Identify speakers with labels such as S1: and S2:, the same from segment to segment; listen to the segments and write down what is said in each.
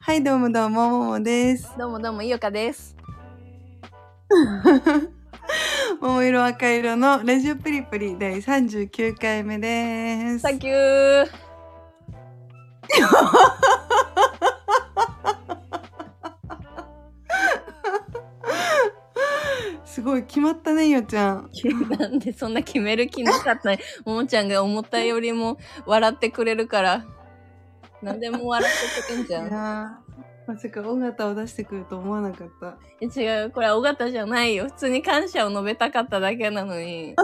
S1: はい、どうもどうも、ももです。
S2: どうもどうも、いよかです。
S1: 桃色赤色のラジオプリプリ第39回目です。
S2: サンキュー。
S1: すごい、決まったね、ゆうちゃん。
S2: なんでそんな決める気なかったね。ももちゃんが思ったよりも笑ってくれるから。何でも笑ってくれんじ
S1: い
S2: ゃ
S1: やー
S2: ん。
S1: まさか尾形を出してくると思わなかった。
S2: え違う、これは尾形じゃないよ。普通に感謝を述べたかっただけなの に。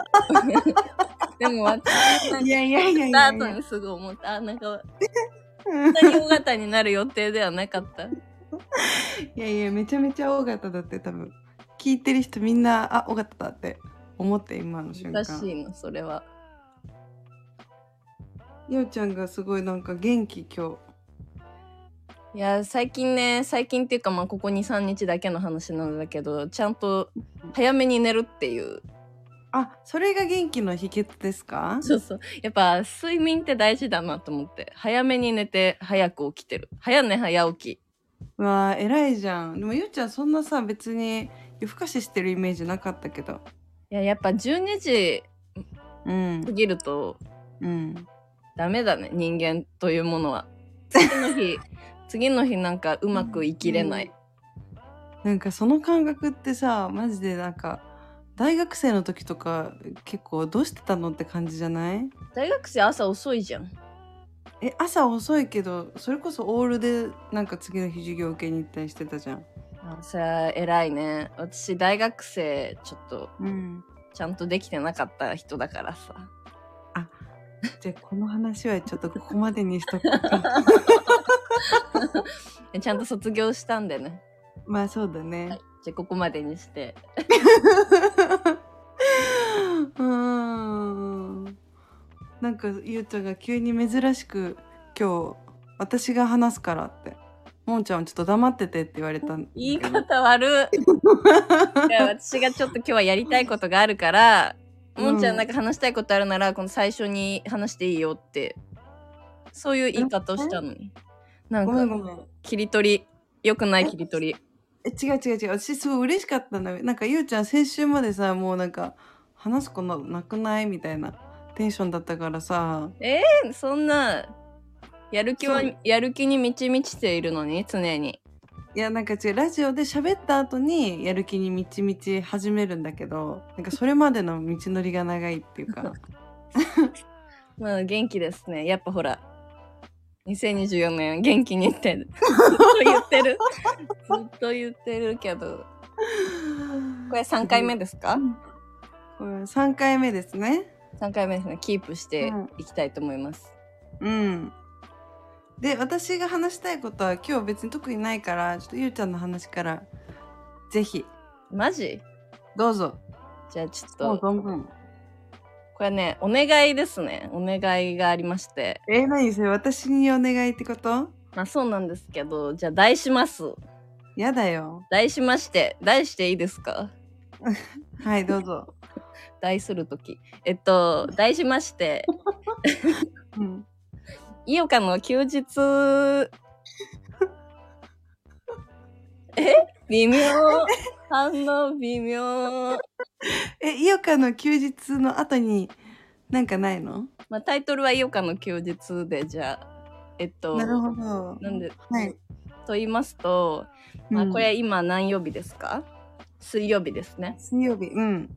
S2: でも私が
S1: いやいやいやい
S2: ス
S1: や
S2: タ
S1: い
S2: ート
S1: や
S2: にすぐ思った。あ、なん か、
S1: うん
S2: そんなに尾形になる予定ではなかった。
S1: いやいや、めちゃめちゃ尾形だって多分、聞いてる人みんな、あ、尾形だって思って、今の瞬
S2: 難し
S1: 間。
S2: いの、それは。
S1: ゆうちゃんがすごいなんか元気今
S2: いや最近ね最近っていうかまあここ23日だけの話なんだけどちゃんと早めに寝るっていう
S1: 日。あ、それが元気の秘訣ですか
S2: そうそうやっぱ睡眠って大事だなと思って早めに寝て早く起きてる早寝早起き
S1: うわあ偉いじゃんでもゆうちゃんそんなさ別に夜更かししてるイメージなかったけど
S2: いややっぱ12時
S1: うん
S2: 過ぎると
S1: うん
S2: ダメだね人間というものは次の日 次の日なんかうまく生きれない、
S1: なんかその感覚ってさマジでなんか大学生の時とか結構どうしてたのって感じじゃない
S2: 大学生朝遅いじゃん
S1: え朝遅いけどそれこそオールでなんか次の日授業受けに行ったりしてたじゃん
S2: あそれは偉いね私大学生ちょっと
S1: うん
S2: ちゃんとできてなかった人だからさ
S1: じゃあこの話はちょっとここまでにしとこうか
S2: ちゃんと卒業したんでね。
S1: まあそうだね、
S2: はい、じゃあここまでにして。
S1: うーんなんかゆうちゃんが急に珍しく今日私が話すからってもんちゃんはちょっと黙っててって言われたんだけど
S2: 言い方悪い。いや私がちょっと今日はやりたいことがあるから、
S1: うん
S2: もんちゃんなんか話したいことあるなら、この最初に話していいよって、そういう言い方をしたのに。な
S1: ごめん
S2: ん
S1: ご
S2: か、
S1: めん
S2: 切り取り、良くない切り取り。
S1: え違う違う違う私すごい嬉しかったのよなんかゆうちゃん先週までさもうなんか話すことなくないみたいなテンションだったからさ
S2: えそんな、やる気は
S1: そう、
S2: やる気に満ち満ちているのに、常に。
S1: いやなんか違うラジオで喋った後にやる気にみちみち始めるんだけどなんかそれまでの道のりが長いっていうか
S2: まあ、元気ですね。やっぱほら、2024年元気にってずっと言って る。ずっと言ってるけど。 これ3回目ですか
S1: これ3回目ですね。
S2: ?3 回目ですね。キープして
S1: うん
S2: いきたいと思います。
S1: うん。で私が話したいことは今日別に特にないからちょっとゆうちゃんの話からぜひ
S2: マジ
S1: どうぞ
S2: じゃあちょっ
S1: もう
S2: と、
S1: 存分
S2: これね、お願いですね。お願いがありまして。
S1: えー、何それ私にお願いってこと
S2: まあそうなんですけど、じゃあ題します。
S1: やだよ
S2: 題しまして、題していいですか
S1: はいどう ぞ、
S2: 題するとき。えっと、題しまして、
S1: うん、
S2: 井岡の休 日え微妙反応微妙、
S1: え井岡の休日の後になんかないの
S2: まあ、タイトルは「井岡の休日で」じゃあえっと
S1: なるほど
S2: なんで
S1: はい、
S2: と言いますと、まあ、
S1: うん
S2: これ今何曜日ですか、水曜日ですね
S1: 水曜日うん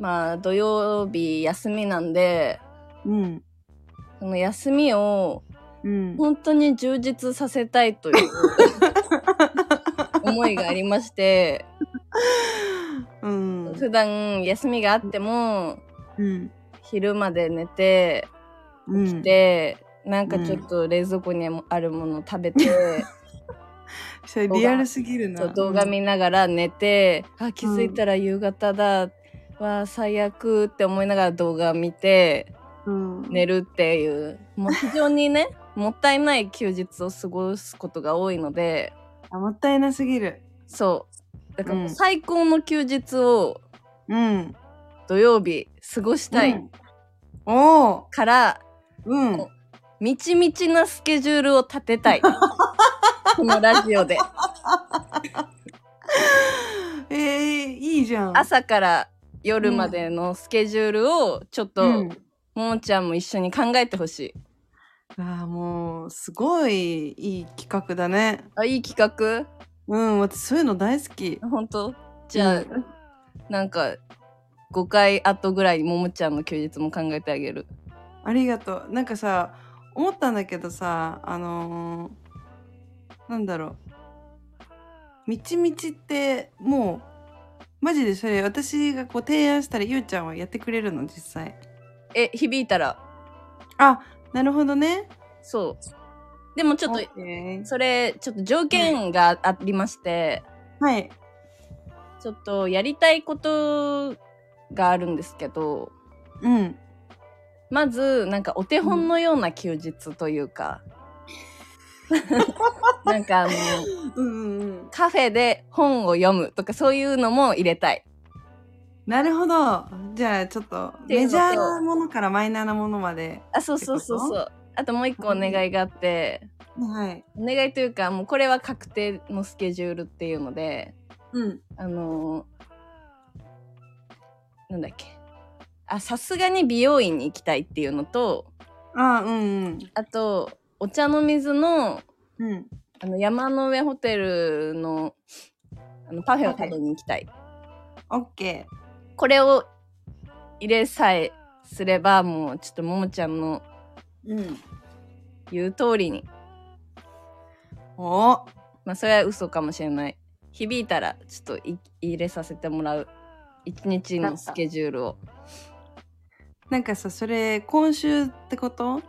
S2: まあ土曜日休みなんで
S1: うん
S2: その休みを
S1: うん
S2: 本当に充実させたい という思いがありまして
S1: うん
S2: 普段休みがあっても
S1: うん
S2: 昼まで寝て
S1: うん
S2: 起きて、なんかちょっと冷蔵庫にあるもの食べて、
S1: それリアルすぎる
S2: そ
S1: な
S2: う動画見ながら寝て、あ気づいたら夕方だ、わあ最悪って思いながら動画見て
S1: うん
S2: 寝るっていうもう非常 にねもったいない休日を過ごすことが多いので
S1: あもったいなすぎる
S2: そうだからもううん最高の休日を
S1: うん
S2: 土曜日過ごした
S1: う
S2: い
S1: んおお
S2: から、
S1: うん
S2: こみちみちなスケジュールを立てたい。このラジオで。
S1: えー、いいじゃん。
S2: 朝から夜までのスケジュールをちょっと、
S1: うん、
S2: ももちゃんも一緒に考えてほしい。
S1: ああもうすごいいい企画だね。
S2: あ、いい企
S1: うん私そういうの大好き。
S2: 画本当じゃあ、
S1: うん
S2: なんか、5回後ぐらいにももちゃんの休日も考えてあげる。
S1: ありがとう。なんかさ思ったんだけどさあのー、なんだろう。みちみちってもうマジでそれ私がこう提案したらゆうちゃんはやってくれるの実際。
S2: え、響いたら、
S1: あなるほどね。
S2: そう。でもちょっ
S1: オ
S2: と
S1: ッ、ケー
S2: それ、ちょっと条件がありまして、
S1: はい
S2: ちょっとやりたいことがあるんですけど、
S1: うん。
S2: まず、なんかお手本のような休日というか、なんかあの、
S1: うんうんうん。
S2: カフェで本を読むとかそういうのも入れたい。
S1: なるほど。じゃあちょっと
S2: てい
S1: メ
S2: うの
S1: ジ
S2: と
S1: ャーなものからマイナーなものまで。
S2: あ、そうそうそう
S1: って
S2: そう。あともう一個お願いがあって、
S1: はい。
S2: お願いというかもうこれは確定のスケジュールっていうので、
S1: うん。
S2: あのーなんだっけ。あ、さすがに美容院に行きたいっていうのと、
S1: あうんうん。
S2: あと、お茶の水の
S1: うん。
S2: あの山の上ホテルのあのパフェを食べに行きたい。
S1: オッケー。
S2: これを入れさえすればもうちょっとももちゃんの
S1: うん。
S2: 言う通りに
S1: お
S2: まあそれは嘘かもしれない響いたらちょっとい入れさせてもらう一日のスケジュールを
S1: なんかさ、それ、今週ってこと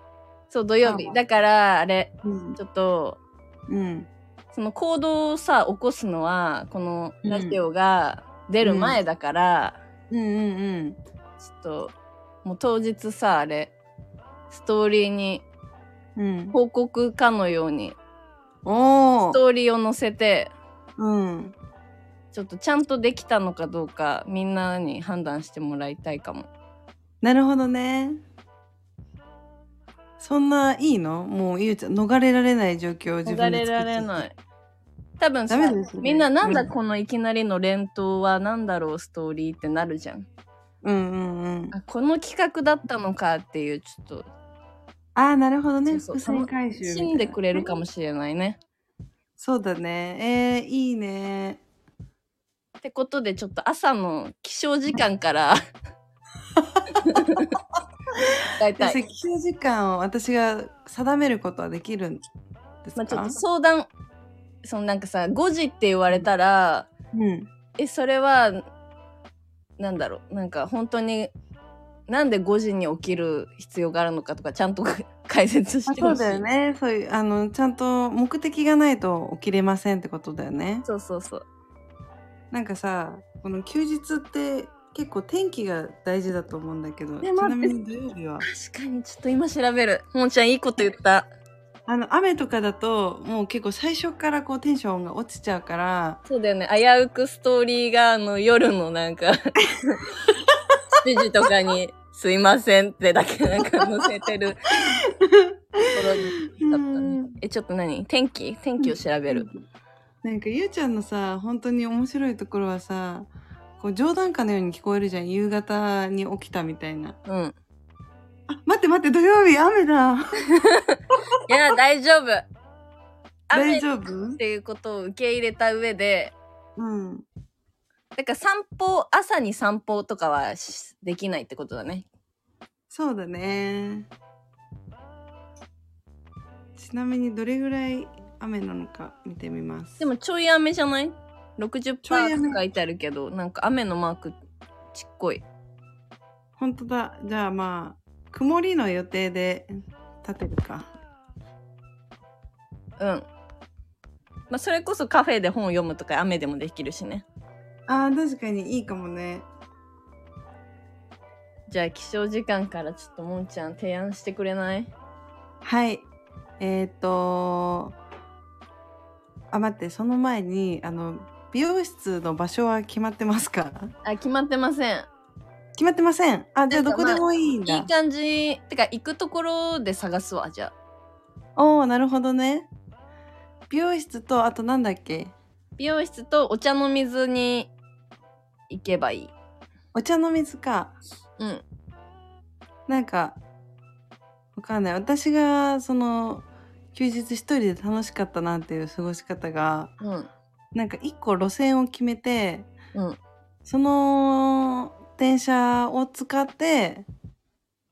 S2: そう土曜
S1: う
S2: 日
S1: ん
S2: だからあれ
S1: うん
S2: ち。ょっと
S1: うん。
S2: その行動をさ起こすのはこのラジオが出る前だから、
S1: うんうんうん。
S2: ちょっともう当日さあれストーリーに
S1: うん、
S2: 報告かのように
S1: おー
S2: ストーリーを載せて
S1: うん。
S2: ちょっとちゃんとできたのかどうかみんなに判断してもらいたいかも。
S1: なるほどね。そんないいのもうゆうちゃん逃れられない状況を自
S2: 逃
S1: 分で
S2: れ
S1: 作っ
S2: ら
S1: ちゃっ
S2: れ
S1: た
S2: ない。多分さ、
S1: ダメですね
S2: みんななんだ
S1: うん
S2: このいきなりの連投はなんだろうストーリーってなるじゃん。
S1: うんうんうん
S2: あこの企画だったのかっていうちょっと
S1: ああなるほどね
S2: そう
S1: 伏
S2: そう
S1: 線回収みたいな
S2: 楽しんでくれるかもしれないね。
S1: そうだねえー、いいね
S2: ってことでちょっと朝の起床時間から 大
S1: で
S2: 体、
S1: 設休時間を私が定めることはできるんですか、
S2: まあ、ちょっと相談そのなんかさ5時って言われたら、
S1: うん
S2: えそれはなんだろうなんか本当になんで5時に起きる必要があるのかとかちゃんと 解説
S1: あ
S2: して
S1: そ
S2: ほ
S1: う
S2: しい
S1: だよねそういうあのちゃんと目的がないと起きれませんってことだよね
S2: そうそうそう
S1: なんかさこの休日って結構天気が大事だと思うんだけど
S2: ね
S1: ち
S2: 待
S1: な
S2: っ
S1: み
S2: て
S1: に土曜日は
S2: 確かにちょっと今調べるもんちゃんいいこと言った
S1: あの雨とかだともう結構最初からこうテンションが落ちちゃうから
S2: そうだよね危うくストーリーがあの夜のなんか7時とかに「すいません」ってだけなんか載せてるところにだった
S1: う
S2: ね
S1: ん
S2: えちょっと何天気天気を調べる
S1: なんかゆうちゃんのさ本当に面白いところはさこう冗談かのように聞こえるじゃん夕方に起きたみたいな
S2: うん
S1: あ待って待って土曜日雨だ
S2: いや大丈夫
S1: 大
S2: 雨
S1: 丈夫
S2: っていうことを受け入れた上で
S1: うん
S2: だから散歩朝に散歩とかはしできないってことだね
S1: そうだねちなみにどれぐらい雨なのか見てみます
S2: でもちょい雨じゃない
S1: ちょい雨
S2: 60%って書いてあるけどなんか雨のマークちっこい
S1: 本当だじゃあまあ曇りの予定で立てるか
S2: うんまあそれこそカフェで本を読むとか雨でもできるしね
S1: あー確かにいいかもね
S2: じゃあ起床時間からちょっともんちゃん提案してくれない
S1: はいえっ、ー、とあ待ってその前にあの美容室の場所は決まってます か
S2: あ決まってません
S1: 決まってませんあじゃあど
S2: なんか
S1: こ
S2: まあ
S1: でもいいんだ、
S2: いい感じてか行くところで探すわじゃあ
S1: おおなるほどね。美容室とあとなんだっけ
S2: 美容室とお茶の水に行けばいい。
S1: お茶の水か
S2: うん。
S1: なんかわかんない私がその休日一人で楽しかったなっていう過ごし方が
S2: うん。
S1: なんか一個路線を決めて、
S2: うん
S1: その電車を使って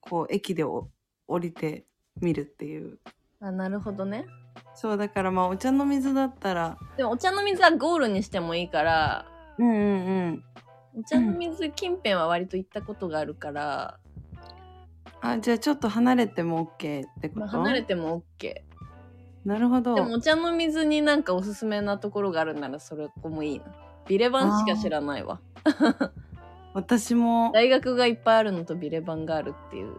S1: こう駅でお降りてみるっていう
S2: あ、なるほどね。
S1: そうだからまあお茶の水だったら
S2: でもお茶の水はゴールにしてもいいから、
S1: うんうんうん
S2: お茶の水近辺は割と行ったことがあるから、
S1: あじゃあちょっと離れても OK ってこと、
S2: まあ、離れても OK。
S1: なるほど
S2: でもお茶の水になんかおすすめなところがあるならそれこもいいな。ビレバンしか知らないわ。
S1: 私も
S2: 大学がいっぱいあるのとビレバンがあるっていう。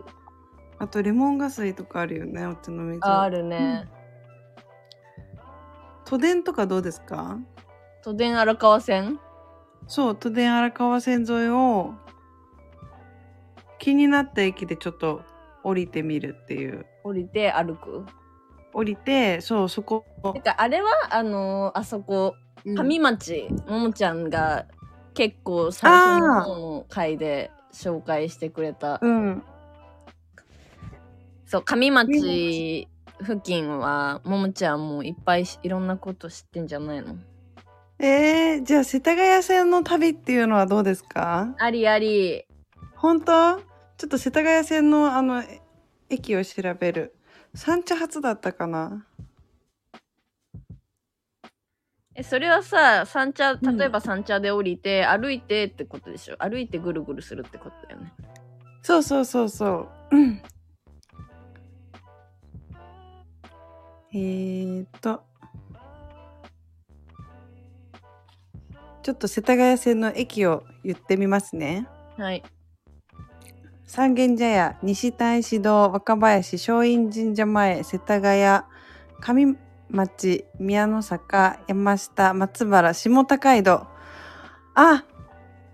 S1: あとレモンガスとかあるよねお茶の水
S2: ああるね。
S1: 都電とかどうですか
S2: 都電荒川線
S1: そう都電荒川線沿いを気になった駅でちょっと降りてみるっていう
S2: 降りて歩く。
S1: 降りてそうそこ
S2: てかあれはあのーあそこ上町、ももちゃんが結構最初の方の回で紹介してくれた、
S1: うん
S2: そう上町付近はももちゃんもいっぱいしいろんなこと知ってんじゃないの
S1: えー、じゃあ世田谷線の旅っていうのはどうですか
S2: ありあり
S1: 本当ちょっと世田谷線のあのえ駅を調べる三茶発だったかな
S2: えそれはさ三茶
S1: うん
S2: 例えば三茶で降りて、歩いてってことでしょ歩いてぐるぐるするってことだよね
S1: そうそうそうそううんえー、っとちょっと世田谷線の駅を言ってみますね
S2: はい
S1: 三軒茶屋西大師堂若林松陰神社前世田谷上町宮の坂山下松原下高井戸あ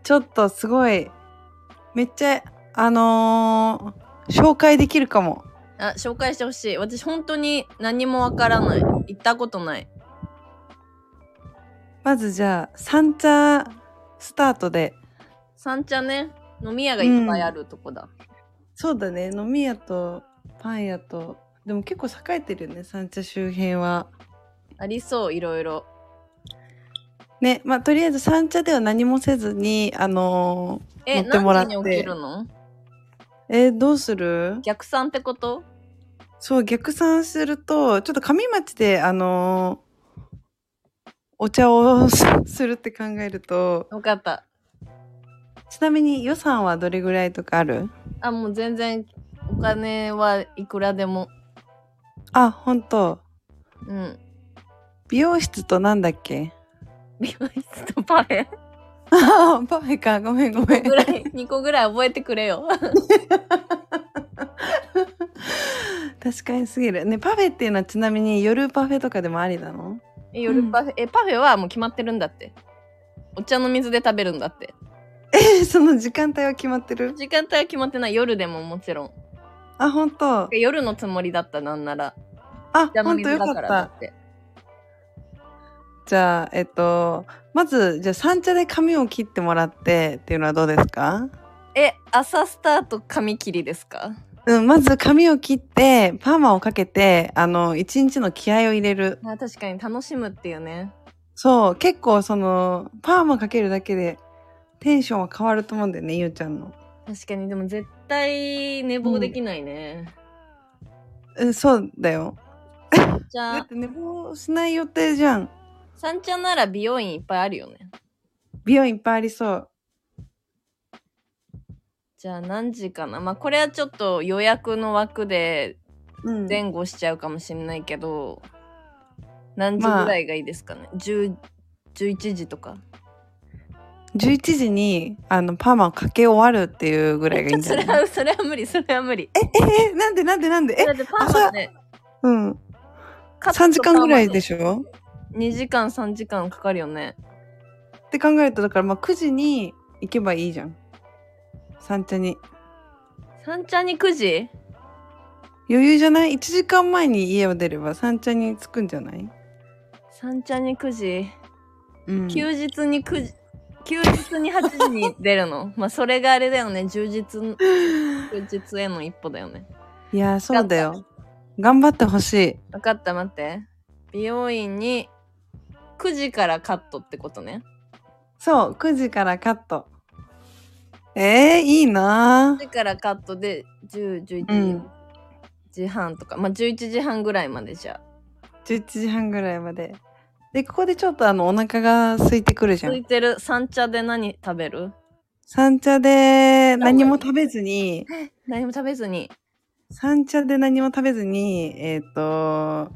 S1: ちょっとすごいめっちゃあのー紹介できるかも
S2: あ紹介してほしい私本当に何もわからない行ったことない
S1: まずじゃあ三茶スタートで
S2: 三茶ね飲み屋がいっぱいあるとこだ、
S1: そうだね飲み屋とパン屋とでも結構栄えてるよね三茶周辺は
S2: ありそういろいろ
S1: ねまあとりあえず三茶では何もせずにあのー
S2: え
S1: 乗ってもらっ
S2: 何
S1: て
S2: 時に起きるの
S1: えーどうする
S2: 逆算ってこと
S1: そう逆算するとちょっと上町であのーお茶をするって考えると
S2: 分かった
S1: ちなみに予算はどれぐらいとかある
S2: あもう全然お金はいくらでも
S1: あ本当
S2: うん
S1: 美容室となんだっけ
S2: 美容室とパフェ
S1: あパフェかごめんごめん
S2: ぐらい2個ぐらい覚えてくれ よ
S1: 確かにすぎるねパフェっていうのはちなみに夜パフェとかでもありなの
S2: え夜パフェ、えパフェはもう決まってるんだってお茶の水で食べるんだって
S1: えその時間帯は決まってる
S2: 時間帯は決まってない夜でももちろん
S1: あ本当
S2: で夜のつもりだったなんなら
S1: あ
S2: お茶の
S1: 本当
S2: 水
S1: よ
S2: だ
S1: かっ
S2: からだ
S1: た
S2: って
S1: じゃあえっとまずじゃあ三茶で髪を切ってもらってっていうのはどうですか
S2: え朝スタート髪切りですか
S1: うん、まず髪を切って、パーマをかけて、あの、一日の気合を入れる。
S2: あ確かに楽しむっていうね
S1: そう、結構その、パーマかけるだけで、テンションは変わると思うんだよね、ゆうちゃんの。
S2: 確かにでも絶対寝坊できないね、
S1: うん、そうだよ。
S2: じ
S1: だ
S2: ゃ
S1: っ
S2: あ
S1: て寝坊しない予定じゃん。
S2: 三茶なら美容院いっぱいあるよね
S1: 美容院いっぱいありそう。
S2: じゃあ何時かなまあこれはちょっと予約の枠で
S1: うん。
S2: 前後しちゃうかもしれないけど、何時ぐらいがいいですかね、10 11時とか
S1: 11時に、あの、パーマをかけ終わるっていうぐらいがいいんじ
S2: そ
S1: ゃ
S2: れ
S1: ない
S2: は それは無理それは無理
S1: え、え、え、なんでなんでなんでえ
S2: だ、ってパーマね
S1: うん。
S2: カット
S1: 3時間ぐらいで
S2: ょ
S1: しょ
S2: 2時間3時間かかるよね
S1: って考えると、だからまあ9時に行けばいいじゃん。三茶に。
S2: 三茶に9時
S1: 余裕じゃない1時間前に家を出れば三茶に着くんじゃない
S2: 三茶に9時、
S1: うん、
S2: 休日に9時休日に8時に出る のまあそれがあれだよね充実の充実への一歩だよね
S1: いやーそうだよ頑張ってほしい
S2: 分かった待って美容院に9時からカットってことね
S1: そう9時からカットえー、いいな
S2: 9時からカットで1011
S1: うん
S2: 時半とか、まあ11時半ぐらいまでじゃあ
S1: ー11時半ぐらいまででここでちょっとあのお腹が空いてくるじゃ
S2: 空
S1: ん
S2: いてる三茶で何食べる
S1: 三茶で何も食べずに
S2: 何も食べずに
S1: 三茶で何も食べずにえっ、と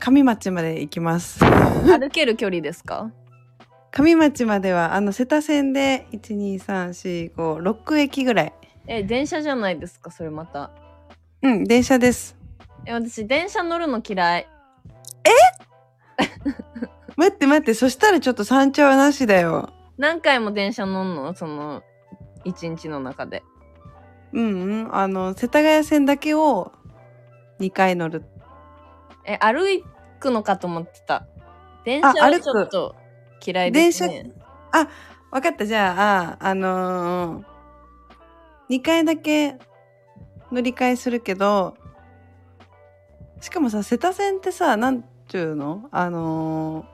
S1: 上町まで行きます
S2: 歩ける距離ですか
S1: 上町まではあの瀬田線で12345駅ぐらい
S2: え電車じゃないですかそれまた
S1: うん電車です
S2: え私電車乗るの嫌い
S1: 待って待ってそしたらちょっと山頂はなしだよ
S2: 何回も電車乗んのその一日の中で
S1: うんうんあの世田谷線だけを2回乗る
S2: え歩くのかと思ってた電車はちょっと嫌いですね
S1: 分かったじゃあああのー、2回だけ乗り換えするけどしかもさ瀬田線ってさなんちゅうのあのー、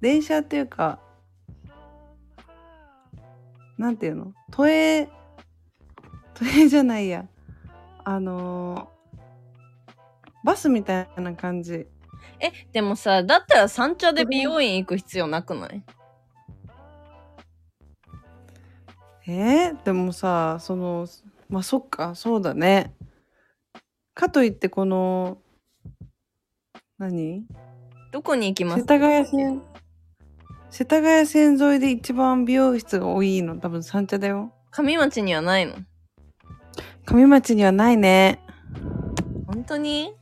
S1: 電車っていうかなんていうの都営都営じゃないやあのー、バスみたいな感じ
S2: えでもさだったら三茶で美容院行く必要なくない
S1: えー、でもさそのまあそっかそうだねかといってこの何
S2: どこに行きます
S1: 世田谷線世田谷線沿いで一番美容室が多いの多分三茶だよ
S2: 上町にはないの
S1: 上町にはないね
S2: 本当に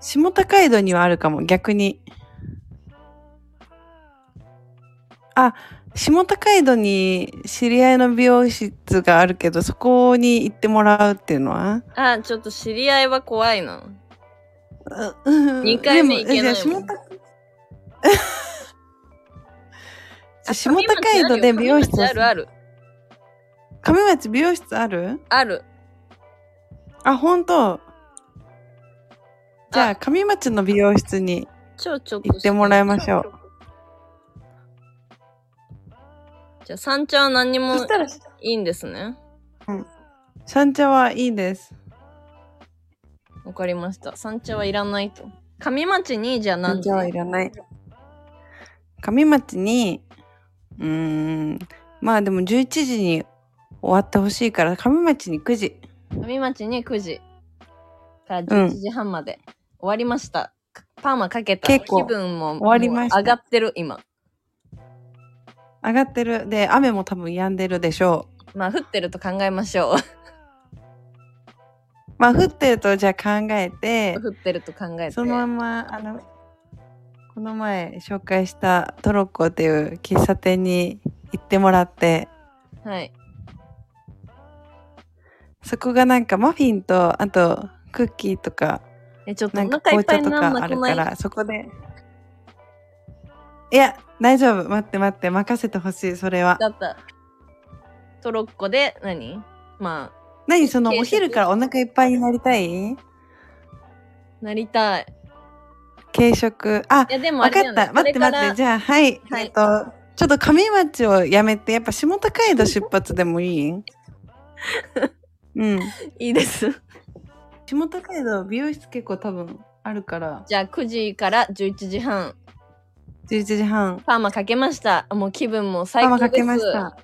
S1: 下高井戸にはあるかも逆にあ下高井戸に知り合いの美容室があるけどそこに行ってもらうっていうのは
S2: あちょっと知り合いは怖いな
S1: 二
S2: 二回目いけないもん
S1: 下高下高井戸で美容室
S2: 上町あるある
S1: 上町美容室ある
S2: ある
S1: あ本当じゃあ
S2: あ
S1: 上町の美容室に
S2: 超ちょっと
S1: 行ってもらいましょう
S2: じゃあ三茶は何にも
S1: そしたら
S2: いいんですね
S1: 三茶はいいです
S2: わかりました三茶はいらないと上町にじゃあ何時
S1: らない上町にうーんまあでも11時に終わってほしいから上町に9時
S2: 上町に9時から11時半まで、終わりましたパーマかけた
S1: 結構
S2: 気分も
S1: 終わりました
S2: もう上がってる今
S1: 上がってるで雨も多分止んでるでしょう
S2: まあ降ってると考えましょ
S1: まあ降ってるとじゃあ考えて
S2: う降ってると考えて
S1: そのままあのこの前紹介したトロッコっていう喫茶店に行ってもらって
S2: はい
S1: そこがなんかマフィンとあとクッキーとか
S2: えちょっとお
S1: なんか
S2: 腹いっ
S1: 紅
S2: ぱい
S1: 茶と
S2: にな
S1: か
S2: んな
S1: あ
S2: く
S1: る
S2: な
S1: か
S2: い
S1: らそこでいや大丈夫待って待って任せてほしいそれは
S2: だったトロッコで何まあ
S1: 何そのお
S2: 軽食
S1: 昼からお腹いっぱいになりたい
S2: なりたい
S1: 軽食あ
S2: いやでもあ
S1: わ
S2: れ
S1: か
S2: じゃ
S1: っ
S2: ない
S1: た。待って待って。じゃあ、はい。
S2: はい
S1: えっと、ちょっと上町をやめて、やっぱ下高井戸出発でも いいうん。
S2: ゃいいです
S1: 下高井戸、美容室結構多分あるから、
S2: じゃあ9時から11時半
S1: 11時半、
S2: パーマかけましたもう気分も最
S1: パマ
S2: 高です
S1: かけました。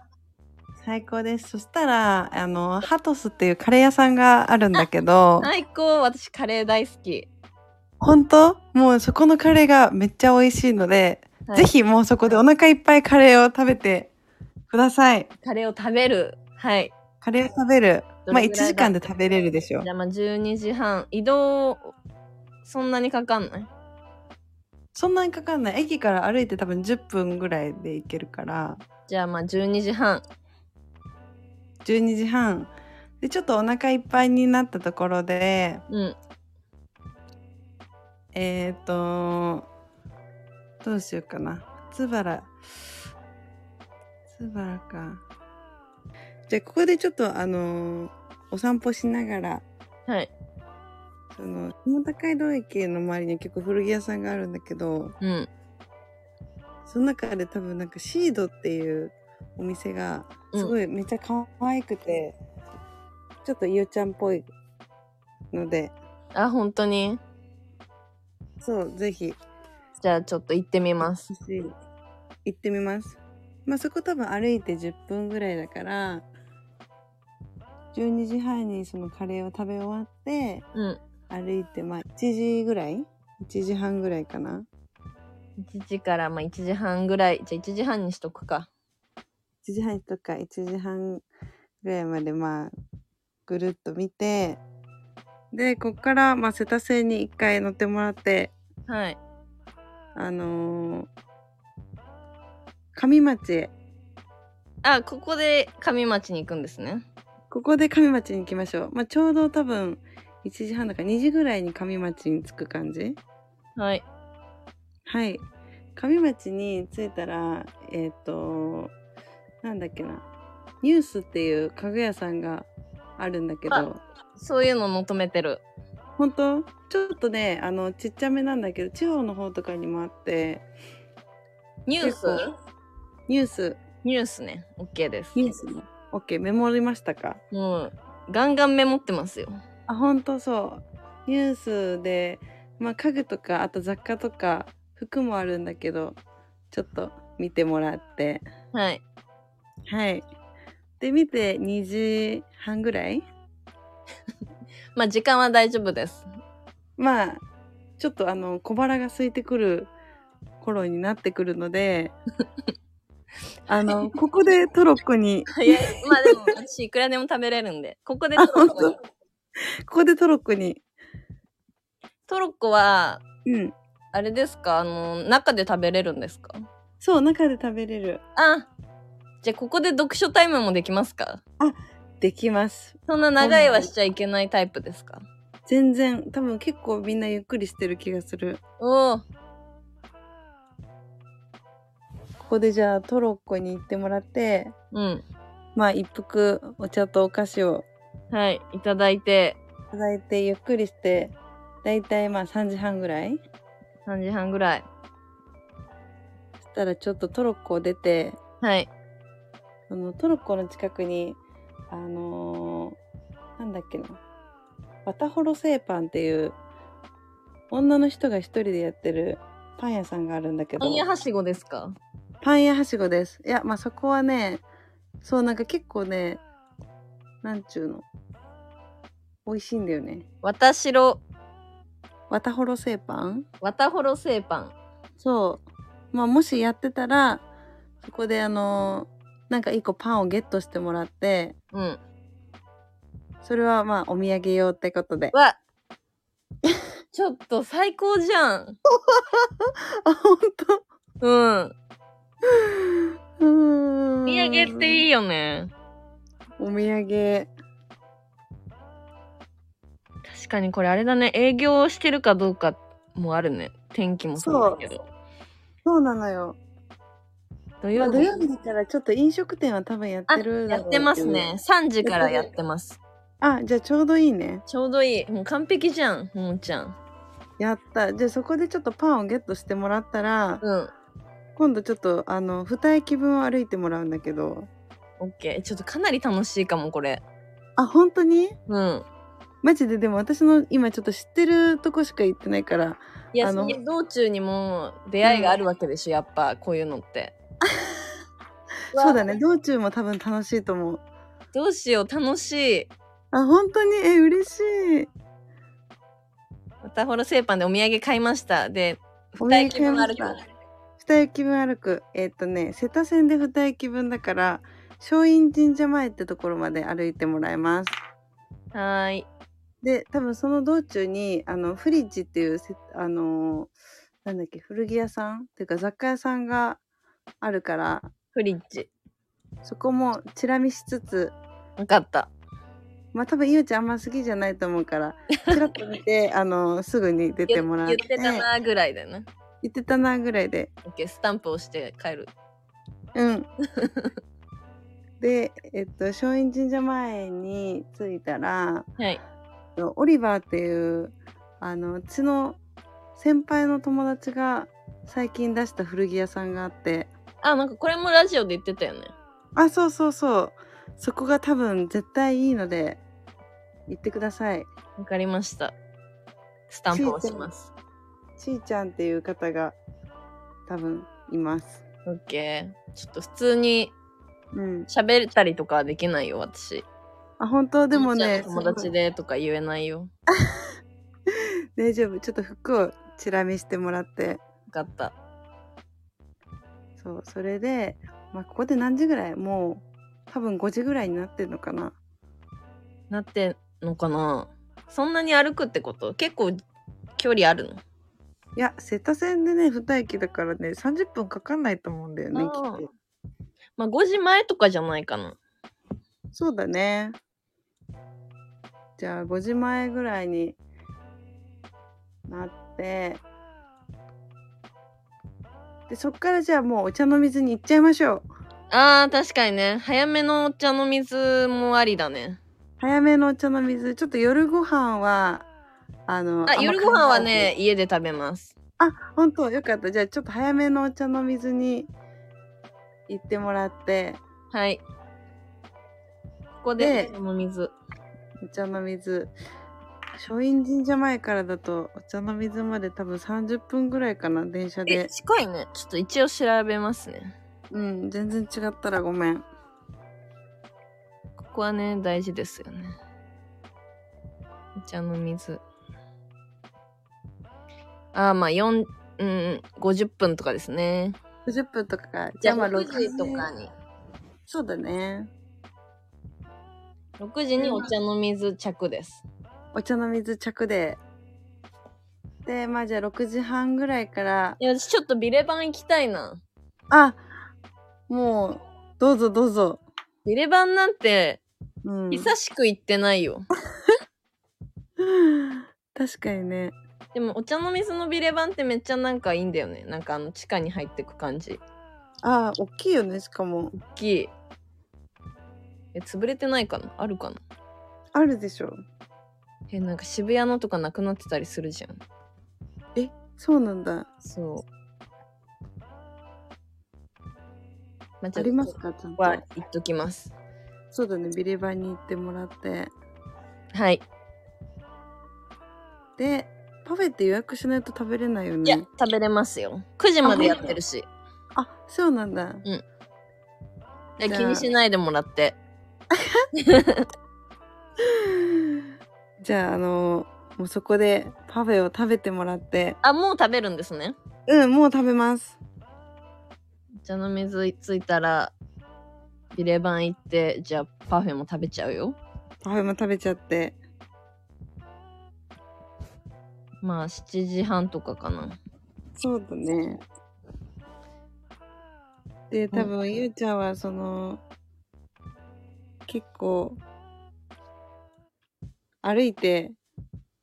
S1: 最高です。そしたら、あの、ハトスっていうカレー屋さんがあるんだけど、
S2: 最高私カレー大好き
S1: 本当もうそこのカレーがめっちゃ美味しいので、
S2: はい
S1: ぜひもうそこでお腹いっぱいカレーを食べてください。
S2: カレーを食べるはい
S1: カレーを食べる。
S2: どれぐ
S1: まあ
S2: らい
S1: 1
S2: だ
S1: 時間で食べれるでしょ
S2: じ。ゃあまあ12時半移動そんなにかかんない
S1: そんなにかかんない。駅から歩いて多分10分ぐらいで行けるから、
S2: じゃあまあ12時半
S1: 12時半。で、ちょっとお腹いっぱいになったところで、
S2: うん
S1: えっ、とどうしようかなつばらつばらかじゃあここでちょっとあのーお散歩しながら
S2: はい。
S1: その下高井戸駅の周りに結構古着屋さんがあるんだけど
S2: うん。
S1: その中で多分なんかシードっていうお店が
S2: うん
S1: すごいめっちゃ可愛くて、ちょっとゆうちゃんっぽいので
S2: あ、本当に
S1: そうぜひ
S2: じゃあちょっと行ってみます。
S1: 私行ってみますまあそこ多分歩いて10分ぐらいだから12時半にそのカレーを食べ終わって
S2: うん。
S1: 歩いてまあ1時ぐらい1時半ぐらいかな
S2: 1時からまあ1時半ぐらい。じゃあ1時半にしとくか。
S1: 1時半とか1時半ぐらいまでまあぐるっと見てでこっからまあ瀬田線に1回乗ってもらって
S2: はい。
S1: あのー上町へ
S2: あ、ここで上町に行くんですね。
S1: ここで上町に行きましょう、まあ、ちょうど多分1時半だから2時ぐらいに上町に着く感じ
S2: はい。
S1: はい上町に着いたらえっ、となんだっけなニュースっていう家具屋さんがあるんだけど
S2: そういうの求めてる。
S1: 本当ちょっとねあのちっちゃめなんだけど地方の方とかにもあって
S2: ニュース
S1: 結ニュース
S2: ニュースね。OK です。
S1: ニュースね OK メモりましたか
S2: もう、ガンガンメモってますよ。
S1: あ本当そうニュースで、まあ、家具とかあと雑貨とか服もあるんだけどちょっと見てもらって
S2: はい。
S1: はいで見て2時半ぐらい
S2: まあ時間は大丈夫 です。
S1: まあちょっとあの小腹が空いてくる頃になってくるのであの ここでトロッコに
S2: 早い。まあでも私いくらでも食べれるんで。ここでトロッコ
S1: あ
S2: に
S1: ここでトロッコに
S2: トロッコは、
S1: うん
S2: あれですかあの、中で食べれるんですか
S1: そう中で食べれる
S2: あ、じゃあここで読書タイムもできますか
S1: できます
S2: そんな長いはしちゃいけないタイプですか
S1: 全然多分結構みんなゆっくりしてる気がする
S2: おお、
S1: ここでじゃあトロッコに行ってもらって
S2: うん。
S1: まあ一服お茶とお菓子を
S2: はい、いただいて、
S1: いただいてゆっくりしてだいたいまあ3時半ぐらい
S2: 3時半ぐらい。
S1: そしたらちょっとトロッコを出て
S2: はい。
S1: そのトロッコの近くにあのーなんだっけなバタホロ製パンっていう女の人が一人でやってるパン屋さんがあるんだけど
S2: パン屋はしごですか
S1: パン屋はしごです。いや、まあ、そこはね、そう、なんか結構ね、なんちゅうの、美味しいんだよね。
S2: わたしろ、
S1: わたほろ製パン
S2: わたほろ製パン。
S1: そう。まあ、もしやってたら、そこであのーなんか一個パンをゲットしてもらって、
S2: うん。
S1: それはまあ、お土産用ってことで。
S2: わ ちょっと最高じゃん。
S1: あ、ほんと
S2: うん。
S1: うーん。
S2: お土産ってい
S1: い。
S2: いよね。
S1: お土産。
S2: 確かにこれあれだね。営業してるかどうかもあるね。天気もそうだけど。
S1: そうなのよ。
S2: 土
S1: まあ
S2: 曜
S1: 土
S2: 日。
S1: 曜日だからちょっと飲食店は多分やっ
S2: あ、
S1: てるだ
S2: や
S1: ろう
S2: っ
S1: け
S2: て
S1: ど
S2: ますね。。3時からやってます。
S1: あ、じゃあちょうどいいね。
S2: ちょうどいい。もう完璧じゃん、ももちゃん。
S1: やった。じゃあそこでちょっとパンをゲットしてもらったら、
S2: うん。
S1: 今度ちょっとあの二駅分歩いてもらうんだけど。
S2: オッケー。ちょっとかなり楽しいかも、これ。
S1: あ、本当に
S2: うん。
S1: マジででも私の今ちょっと知ってるとこしか行ってないから。
S2: いや、
S1: あの
S2: その道中にも出会いがあるわけでしょ、やっぱ、こういうのって。わ
S1: そうだね。道中も多分楽しいと思う。
S2: どうしよう、楽しい。
S1: あ、本当にえ、嬉しい。
S2: またほら、製パンでお土産買いました。で、
S1: お
S2: 二
S1: 土産
S2: 駅分あるから
S1: 買いま。二駅分歩く。えっとね、瀬田線で二駅分だから、松陰神社前ってところまで歩いてもらいます。
S2: はーい。
S1: で多分その道中にあのフリッジっていうせあのーなんだっけ古着屋さんっていうか雑貨屋さんがあるから
S2: フリッジ。
S1: そこもチラ見しつつ
S2: わかった。
S1: まあ多分ゆうちゃんあんま好きじゃないと思うからちらっと見てあのすぐに出てもらって
S2: 言ってたなぐらいだよね。
S1: 言ってたなぐらいで
S2: OK スタンプ押して帰る。
S1: うん でえっと松陰神社前に着いたら
S2: はい。
S1: オリバーっていうあのうちの先輩の友達が最近出した古着屋さんがあって
S2: あなんかこれもラジオで言ってたよね。
S1: あそうそうそうそこが多分絶対いいので行ってください
S2: わかりました。スタンプ押します。
S1: ちーちゃんっていう方が多分います。
S2: OK。ちょっと普通に
S1: うん。
S2: 喋ったりとかはできないよ私。
S1: あ本当でも
S2: ゆう
S1: ね
S2: ちゃんの友達でとか言えないよ。
S1: すごい大丈夫ちょっと服をチラ見してもらって
S2: 分かった。
S1: そうそれで、まあ、ここで何時ぐらいもう多分5時ぐらいになってんのかな
S2: なってんのかなそんなに歩くってこと結構距離あるの
S1: いや瀬田線でね2駅だからね30分かかんないと思うんだよねきっ
S2: あー
S1: と
S2: まあ5時前とかじゃないかな。
S1: そうだねじゃあ5時前ぐらいになってでそっからじゃあもうお茶の水に行っちゃいましょう
S2: あー確かにね早めのお茶の水もありだね
S1: 早めのお茶の水ちょっと夜ご飯はあの
S2: あ
S1: んま
S2: 夜ご飯は
S1: 考え
S2: ね家で食べます
S1: あ本当よかったじゃあちょっと早めのお茶の水に行ってもらって
S2: はいここ
S1: で
S2: でお茶の水
S1: お茶の水松陰神社前からだとお茶の水まで多分30分ぐらいかな電車
S2: え
S1: で
S2: 近いねちょっと一応調べますね
S1: うん全然違ったらごめん
S2: ここはね大事ですよねお茶の水あーまあ4うん50分とかですね
S1: 50分とかか
S2: じゃあ
S1: ま
S2: 6時とかに
S1: そうだね
S2: 6時にお茶の水着です
S1: お茶の水着ででまあじゃあ6時半ぐらいから
S2: いや私ちょっとビレバン行きたいな
S1: あもうどうぞどうぞ
S2: ビレバンなんて
S1: うん、
S2: 久しく行ってないよ、
S1: 確かにね
S2: でもお茶の水のビレバンってめっちゃなんかいいんだよねなんかあの地下に入ってく感じ
S1: あー大きいよねしかも
S2: 大きいえ潰れてないかなあるかな
S1: あるでしょ
S2: えなんか渋谷のとかなくなってたりするじゃん
S1: そうなんだ
S2: そうまあ、ち
S1: あ
S2: ょっ
S1: り
S2: と
S1: ます
S2: こ
S1: かちゃん
S2: ことは言っときます
S1: そうだねビレバンに行ってもらって
S2: はい
S1: でパフェって予約しないと食べれないよ
S2: いや
S1: ね
S2: 食べれますよ9時までやってるし
S1: あそうなんだ
S2: いや
S1: じゃあ
S2: 気にしないでもらって
S1: じゃああのもうそこでパフェを食べてもらって
S2: あもう食べるんですね
S1: うんもう食べます
S2: お茶の水ついたらビレバン行ってじゃあパフェも食べちゃうよ
S1: パフェも食べちゃって
S2: まあ7時半とかかな
S1: そうだねで多分ゆうちゃんはその結構歩いて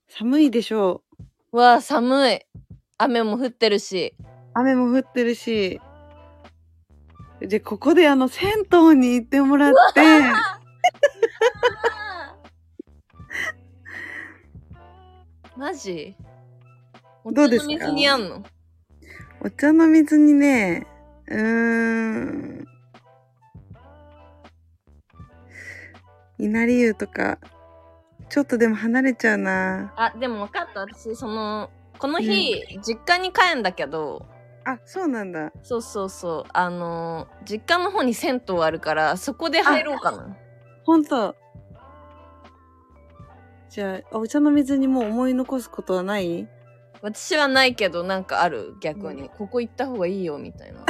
S1: 寒いでしょう
S2: うわあ寒い雨も降ってる し
S1: 雨も降ってるしでここであの銭湯に行ってもら って
S2: マジお
S1: ど
S2: 茶
S1: うで
S2: の
S1: すか
S2: 水にあんの
S1: お茶の水にね、うーん。稲荷湯とか、ちょっとでも離れちゃうな。
S2: あでも分かった私そのこの日、実家に帰んだけど
S1: あ、そうなんだ。
S2: そうそうそうあのー実家の方に銭湯あるからそこで入ろうかな
S1: ほんと。じゃあ、お茶の水にもう思い残すことはない
S2: 私はないけどなんかある逆に、ここ行った方がいいよみたい な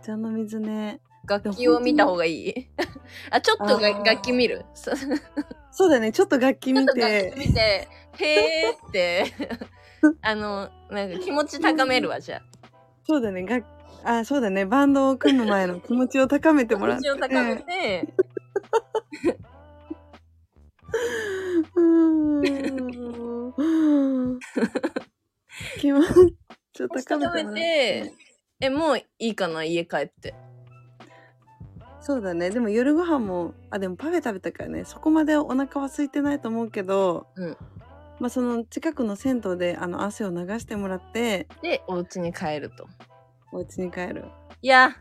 S1: お茶の水ね。
S2: 楽器を見た方がいいあちょっとが
S1: あー
S2: 楽器見る そうちょっ
S1: そうだね、ちょっと楽器見
S2: と楽器
S1: て。
S2: 見てへーって あのなんか気持ち高めるわじゃあ
S1: そうだね、楽あ、そうだね、バンドを組む前の気持ちを高めて
S2: 気
S1: もら
S2: 持
S1: って。
S2: ちを高めて
S1: うー ん気持ちょっと高め
S2: 温
S1: たな
S2: めて、え、もういいかな家帰って。
S1: そうだねでも夜ご飯もあでもパフェ食べたからねそこまでお腹は空いてないと思うけど、
S2: うん
S1: まあその近くの銭湯であの汗を流してもらって
S2: で、お家に帰ると。
S1: お家に帰る
S2: いや、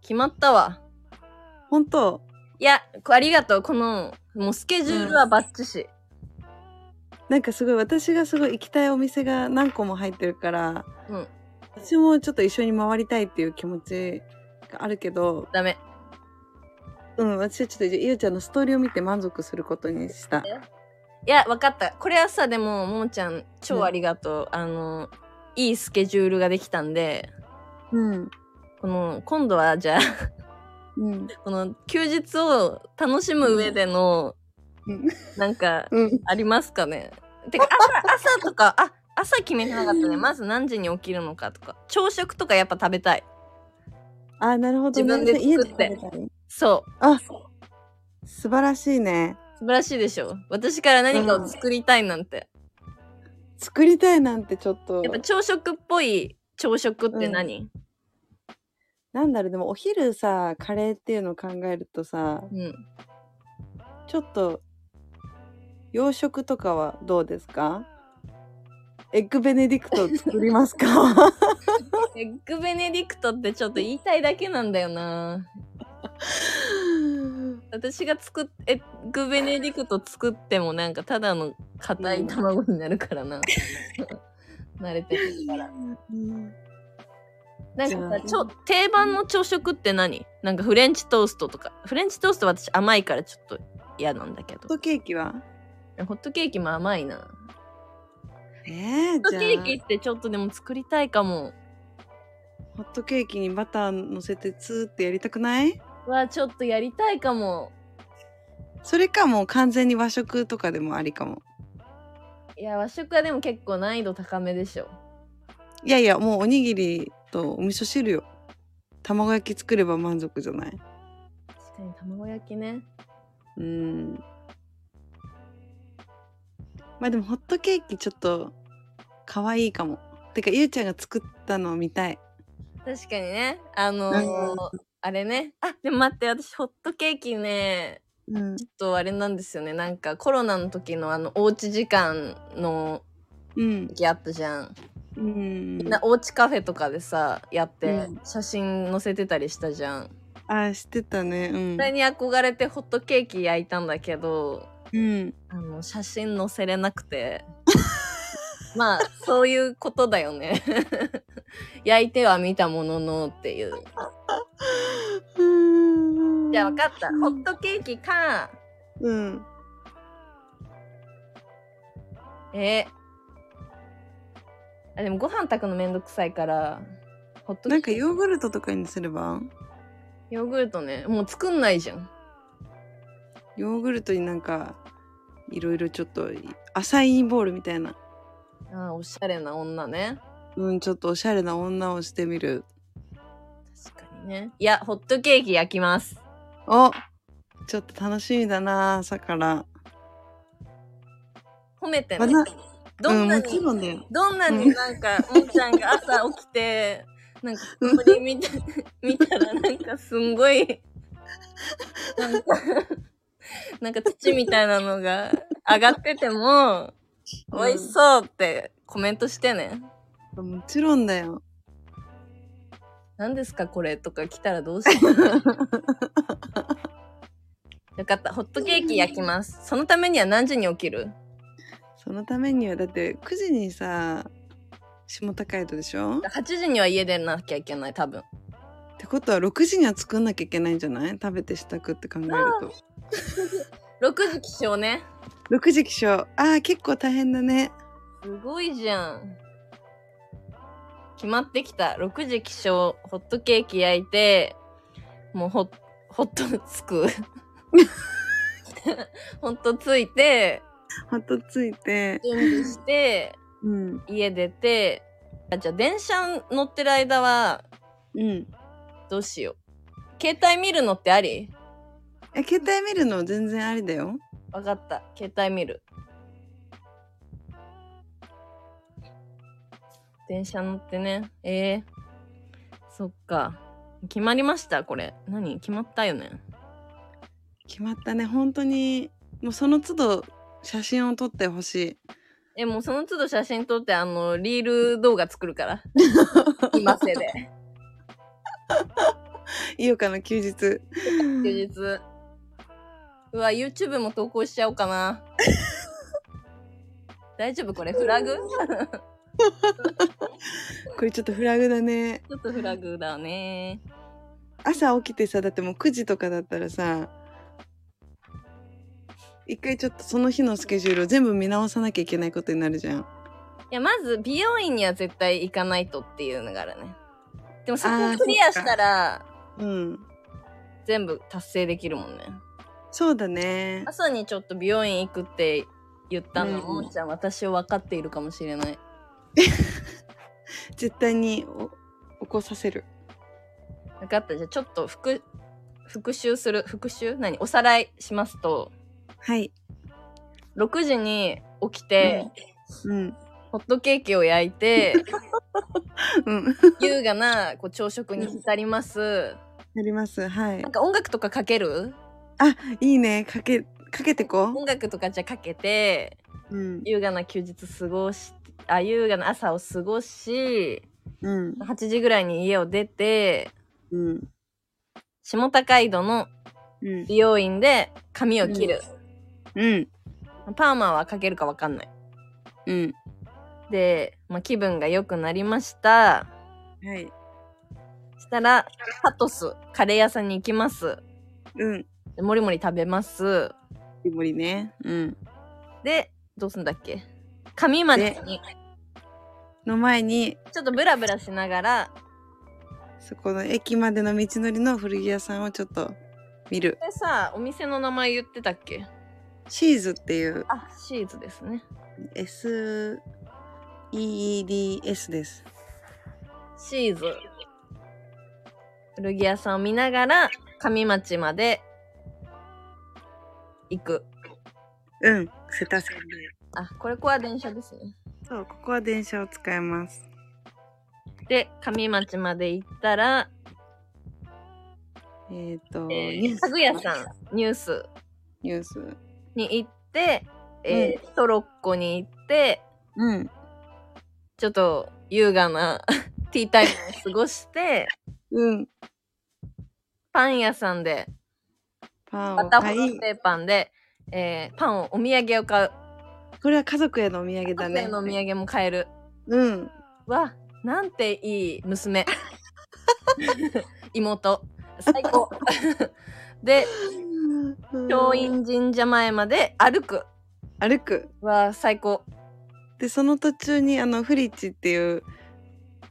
S2: 決まったわ。
S1: 本当
S2: いや、こありがとう。この、もうスケジュールはバッチシ。
S1: なんかすごい私がすごい行きたいお店が何個も入ってるから、
S2: うん
S1: 私もちょっと一緒に回りたいっていう気持ちがあるけど
S2: ダメ。
S1: うん私はちょっとゆうちゃんのストーリーを見て満足することにした
S2: いや、わかった。これはさ、でも、ももちゃん、超ありがとう。あの、いいスケジュールができたんで、
S1: うん
S2: この、今度は、じゃあ、
S1: うん
S2: この、休日を楽しむ上での、
S1: うん
S2: なんか、
S1: うん
S2: あります かねてか、朝、朝とか、あ、朝決めてなかったね。まず何時に起きるのかとか。朝食とかやっぱ食べたい。
S1: あなるほど、ね、
S2: 自分で作って
S1: 家食べたい
S2: そう。
S1: あ素晴らしいね
S2: 素晴らしいでしょ私から何かを作りたいなんて。
S1: 作りたいなんてちょっと
S2: やっぱ朝食っぽい朝食って何、
S1: なんだろうでもお昼さカレーっていうのを考えるとさ
S2: うん、
S1: ちょっと洋食とかはどうですかエッグベネディクトを作りますか
S2: エッグベネディクトってちょっと言いたいだけなんだよな。私が作っ、エッグベネディクト作ってもなんかただの硬い卵になるからな。 慣れてるから。なん
S1: じゃ
S2: か
S1: あ
S2: さちょ、定番の朝食って何なんかフレンチトーストとか。フレンチトースト私甘いからちょっと嫌なんだけ
S1: ホッ
S2: ど。
S1: トケーキは
S2: ホットケーキも甘いな。
S1: えー
S2: ホッ
S1: じ
S2: ト
S1: ゃ
S2: ケーキってちょっとでも作りたいかも。
S1: あホットケーキにバター乗せてツーってやりたくない
S2: はちょっとやりたいかも。
S1: それかもう完全に和食とかでもありかも
S2: いや、和食はでも結構難易度高めでしょ。
S1: いやいやもうおにぎりとお味噌汁よ卵焼き作れば満足じゃない
S2: 確かに卵焼きね。
S1: うんまあでもホットケーキちょっと可愛いかもてかゆうちゃんが作ったのを見たい
S2: 確かにね。あのー
S1: う
S2: あれね。あ、でも待って、私ホットケーキね、
S1: うん
S2: ちょっとあれなんですよね。なんかコロナの時のあの、おうち時間の
S1: うん
S2: 時あったじゃん。
S1: うん
S2: なおうちカフェとかでさ、やって
S1: うん
S2: 写真載せてたりしたじゃん。
S1: あ知ってたねうん
S2: それに憧れてホットケーキ焼いたんだけど、
S1: うん
S2: あの写真載せれなく てまあそういうことだよね 焼いては見たもののっていう
S1: うん
S2: じゃあ分かったホットケーキか
S1: うん
S2: えあでもご飯炊くのめんどくさいからホットケ
S1: なん
S2: ー
S1: か
S2: キ
S1: ヨーグルトとかにすれば
S2: ヨーグルトねもう作んないじゃん
S1: ヨーグルトになんかいろいろちょっとアサイーボールみたいな
S2: あーおしゃれな女ね
S1: うんちょっとおしゃれな女をしてみる
S2: 確かにねいやホットケーキ焼きます
S1: おちょっと楽しみだな朝から
S2: 褒めて
S1: ま
S2: ね
S1: だ
S2: どんな
S1: うん、もち
S2: に
S1: ろんだよ
S2: どんな
S1: う
S2: になんか、もっちゃんが朝起きて、なんか、
S1: うん
S2: こ れ見た、見たらなんかすんごい、なんか、なんか土みたいなのが上がってても、
S1: うん
S2: 美味しそうってコメントしてね。
S1: もちろんだよ。
S2: 何ですかこれとか来たらどうしよう。よかった。ホットケーキ焼きます。そのためには何時に起きる
S1: そのためにはだって9時にさ下高井戸でしょっ
S2: ?8 時には家出なきゃいけない、多分。
S1: てことは6時には作んなきゃいけないんじゃない食べて支度って考える
S2: 6時起床ね。
S1: と6時起床あー結構大変だね
S2: すごいじゃん。決まってきた。6時起床、ホットケーキ焼いて、もうホホットつく。 ホットついて、
S1: ハッとついて
S2: 準備して、
S1: うん
S2: 家出て、あじゃあ電車乗ってる間は、
S1: うん
S2: どうしよう。携帯見るのってあり
S1: え携帯見るの全然ありだよ
S2: わかった。携帯見る。電車乗ってね。ええそっか。決まりました、これ。何決まったよね。
S1: 決まったね本当にもうその都度写真を撮ってほしい
S2: え、もうその都度写真撮って、あの、リール動画作るから。今せで。
S1: 井岡の休日
S2: 休日。うわ、YouTube も投稿しちゃおう かな。大丈夫これフラグち
S1: これちょっとフラグだね
S2: ょっとフラグだね。
S1: 朝起きてさだってもう9時とかだったらさ一回ちょっとその日のスケジュールを全部見直さなきゃいけないことになるじゃん
S2: いや、まず美容院には絶対行かないとっていうのがあるね。でもそこ
S1: あー
S2: をクリアしたら
S1: うん
S2: 全部達成できるもんね。
S1: そうだね
S2: 朝にちょっと美容院行くって言ったの、
S1: うん
S2: ももちゃん私を分かっているかもしれない。
S1: 絶対にお起こさせる
S2: 分かった。じゃあちょっと復、復習する。復習何おさらいしますと、
S1: はい
S2: 6時に起きて、
S1: うん
S2: ホットケーキを焼い て
S1: うん
S2: 優雅なこう朝食に浸ります
S1: やりますはい
S2: なんか音楽とかかける
S1: いいねかけかけてこ
S2: 音楽とかじゃかけて
S1: ううん
S2: 優雅な休日過ごしあ優雅な朝を過ごし
S1: うん
S2: 8時ぐらいに家を出て
S1: うん
S2: 下高井戸の
S1: うん
S2: 美容院で髪を切る、
S1: うん
S2: パーマはかけるかわかんない
S1: うん
S2: で、まあ、気分が良くなりました
S1: はい
S2: したらハトスカレー屋さんに行きます
S1: うん
S2: でもりもり食べます
S1: リボリねうん
S2: で、どうすんだっけ髪までに、
S1: の前に
S2: ちょっとブラブラしながら、
S1: そこの駅までの道のりの古着屋さんをちょっと見る
S2: これさ、お店の名前言ってたっけ
S1: シーズっていう
S2: あ、シーズですね。
S1: SEEDS です
S2: シーズ。古着屋さんを見ながら、上町まで行く。
S1: うん瀬田線で
S2: あ、これこは電車ですね。
S1: そうここは電車を使います
S2: で、上町まで行ったら、
S1: えっ、と、
S2: えー、家具屋さん、ニュース
S1: ニュース
S2: に行って、えートロッコに行って、
S1: うん
S2: ちょっと優雅な ティータイムを過ごして、
S1: うん
S2: パン屋さんで、
S1: パン
S2: ま
S1: を
S2: た
S1: 買
S2: ホ
S1: い
S2: ロ製パンで、えーパンをお土産を買う。
S1: これは家族へのお土産だね
S2: 家のお土産も買える。
S1: うん
S2: わ、なんていい 娘。妹。最高。 で、松陰神社前まで歩く。
S1: 歩く
S2: わ、最高。
S1: でその途中にあのフリッチっていう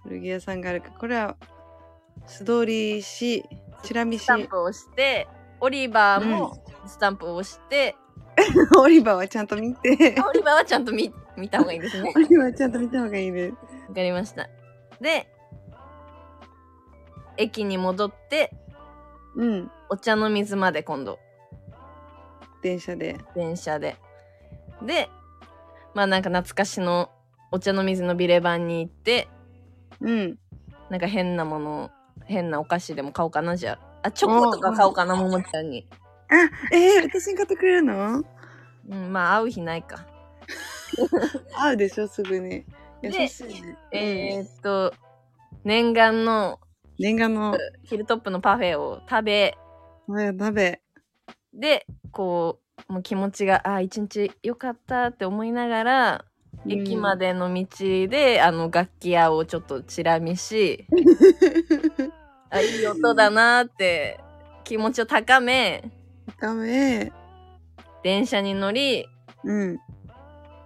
S1: 古着屋さんがあるからこれは素通りしチラ見
S2: ス
S1: し
S2: タンプを押して、オリバーもスタンプを押して、
S1: オリバーはちゃんと見て
S2: あオリバーはちゃんと 見見た方がいいですね
S1: オ。リバーはちゃんと見た方がいいね
S2: わかりました。で、駅に戻って、
S1: うん
S2: お茶の水まで今度。
S1: 電車で
S2: 電車ででまあなんか懐かしのお茶の水のビレ版に行って
S1: うん
S2: なんか変なもの変なお菓子でも買おうかなじゃああチョコとか買おうかなももちゃんに、
S1: あえー、私に買ってくれるの
S2: うん、まあ会う日ないか
S1: 合うでしょすぐに
S2: で
S1: 優しいね
S2: えー、っと念願の
S1: 念願の
S2: ヒルトップのパフェを食べ
S1: お鍋
S2: でこうもう気持ちがあー一日良かったって思いながら駅ま
S1: で
S2: での道で、あの楽器屋をちょっとチラ見しあいい音だなーって気持ちを高め
S1: ダメ
S2: 電車に乗り
S1: うん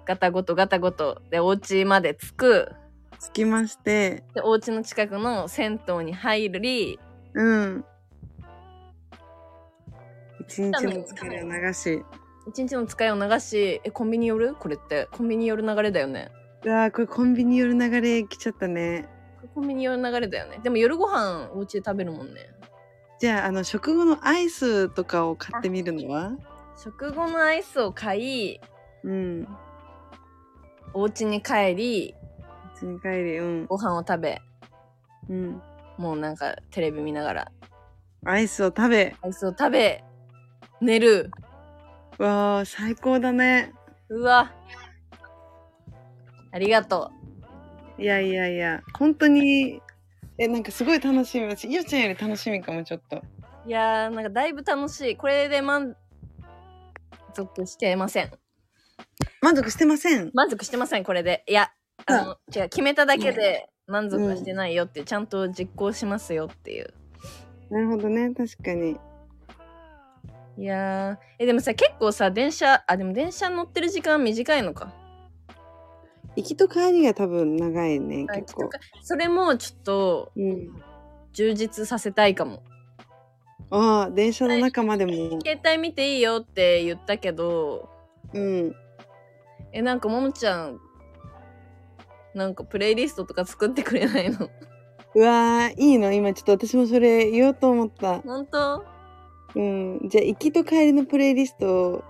S2: ガタゴトガタゴトでお家まで着く
S1: 着きまして
S2: でお家の近くの銭湯に入り
S1: うん一日の疲れを流し
S2: 一日の疲れを流しえコンビニ寄るこれってコンビニ寄る流れだよね
S1: うわーこれコンビニ寄る流れ来ちゃったね
S2: これコンビニ寄る流れだよねでも夜ご飯お家で食べるもんね
S1: じゃああの食後のアイスとかを買ってみるのは
S2: 食後のアイスを買い、
S1: うん。
S2: お家に帰り、
S1: 家に帰り、うん。
S2: ご飯を食べ、
S1: うん。
S2: もうなんかテレビ見ながら、
S1: アイスを食べ。
S2: アイスを食べ、寝る。
S1: わあ、最高だね。
S2: うわ。ありがと
S1: いやいやいや、本当に、え、なんかすごい楽しみ。私、ゆうちゃんより楽しみかも、ちょっと。
S2: う。いやー、なんかだいぶ楽しい。これで満足してません。
S1: 満足してません。
S2: 満足してません、これで。いや、あの、違う、決めただけで満足はしてないよっていう、ちゃんと実行しますよっていう。
S1: なるほどね、確かに。
S2: いやーえでもさ結構さ電車あでも電車乗ってる時間短いのか
S1: 行きと帰りが多分長いね、結構。
S2: それもちょっと
S1: うん。
S2: 充実させたいかも
S1: ああ、電車の中までも。
S2: 携帯見ていいよって言ったけど
S1: うん。
S2: えなんかももちゃんなんかプレイリストとか作ってくれないの
S1: うわー、いいの今ちょっと私もそれ言おうと思った。
S2: 本当
S1: うん。じゃあ、行きと帰りのプレイリストを、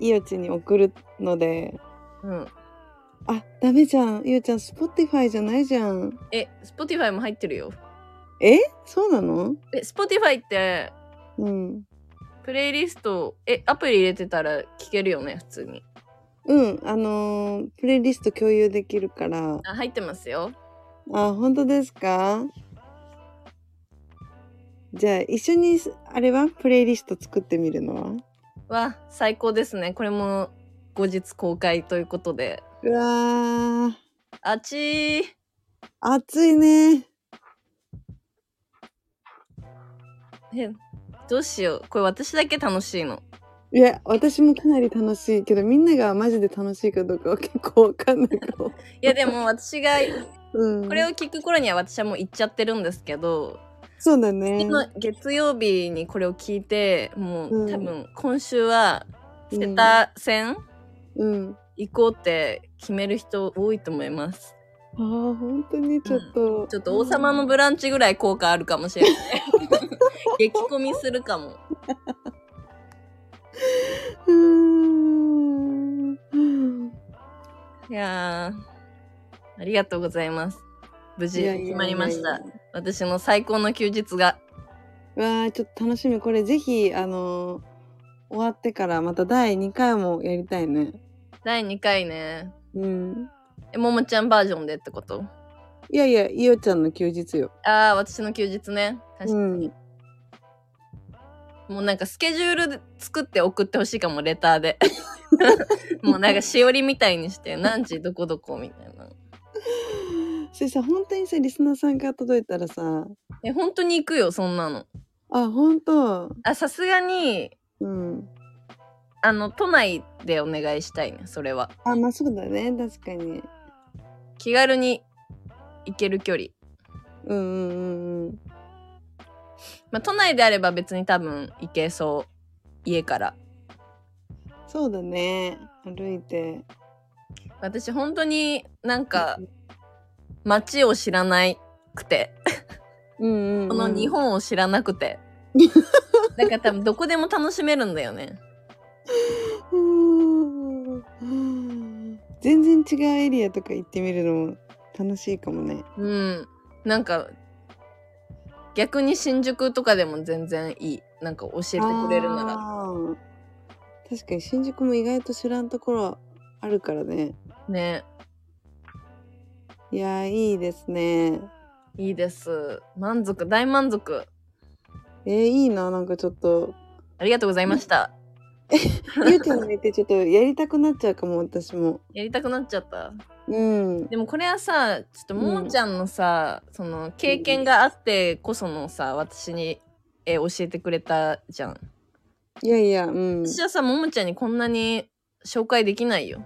S1: いおちに送るので。
S2: うん
S1: あ、ダメじゃん。ゆうちゃん、Spotify じゃないじゃん。
S2: え Spotify も入ってるよ
S1: えそうなの
S2: え Spotify って
S1: うん。
S2: プレイリストえアプリ入れてたら聞けるよね普通に
S1: うん、あのープレイリスト共有できるから。
S2: あ入ってますよ
S1: あ、本当ですかじゃあ、一緒に、あれはプレイリスト作ってみるのは
S2: わ最高ですねこれも後日公開ということで
S1: うわー、
S2: あっちー
S1: 暑いね。
S2: えどうしようこれ私だけ楽しいの
S1: いや、私もかなり楽しいけど、みんながマジで楽しいかどうかは結構わかんないかも。
S2: いやでも私が
S1: うん。
S2: これを聞く頃には私はもう行っちゃってるんですけど、
S1: そうだね。
S2: 今月曜日にこれを聞いてもう、
S1: うん
S2: 多分今週は
S1: うん
S2: 瀬田線
S1: うん。
S2: 行こうって決める人多いと思います
S1: ああ、本当にちょっと。
S2: ちょっと「王様のブランチ」ぐらい効果あるかもしれない 激混みするかも
S1: うーん。
S2: いやーありがとうございます無事
S1: いやいやいやいや
S2: 決まりました私の最高の休日が
S1: うわーちょっと楽しみこれぜひあのー終わってからまた第2回もやりたいね
S2: 第2回ね
S1: うん
S2: えももちゃんバージョンでってこと
S1: いやいやいおちゃんの休日よ
S2: ああ私の休日ね確か
S1: う
S2: に、
S1: ん
S2: もうなんかスケジュールで作って送ってほしいかもレターで もうなんかしおりみたいにして何時どこどこみたいな
S1: それさ本当にさリスナーさんから届いたらさ
S2: え本当に行くよそんなの
S1: あ本当
S2: あさすがに
S1: うん
S2: あの都内でお願いしたいねそれは
S1: あまあそうだね確かに
S2: 気軽に行ける距離
S1: うんうんうんうん
S2: まあ、都内であれば別に多分行けそう家から
S1: そうだね歩いて
S2: 私本当になんか街を知らないくて
S1: うんうん、うん、
S2: この日本を知らなくて、だから多分どこでも楽しめるんだよね
S1: うーん全然違うエリアとか行ってみるのも楽しいかもね
S2: うんなんか逆に新宿とかでも全然いいなんか教えてくれるなら
S1: あー確かに新宿も意外と知らんところあるからね
S2: ね
S1: いやーいいですね
S2: いいです満足大満足
S1: えー、いいななんかちょっと
S2: ありがとうございました
S1: ゆうちゃんの言ってちょっとやりたくなっちゃうかも私も
S2: やりたくなっちゃった
S1: うん
S2: でもこれはさちょっとももちゃんのさ、その経験があってこそのさ私にえ教えてくれたじゃん
S1: いやいやうん
S2: 私はさももちゃんにこんなに紹介できないよ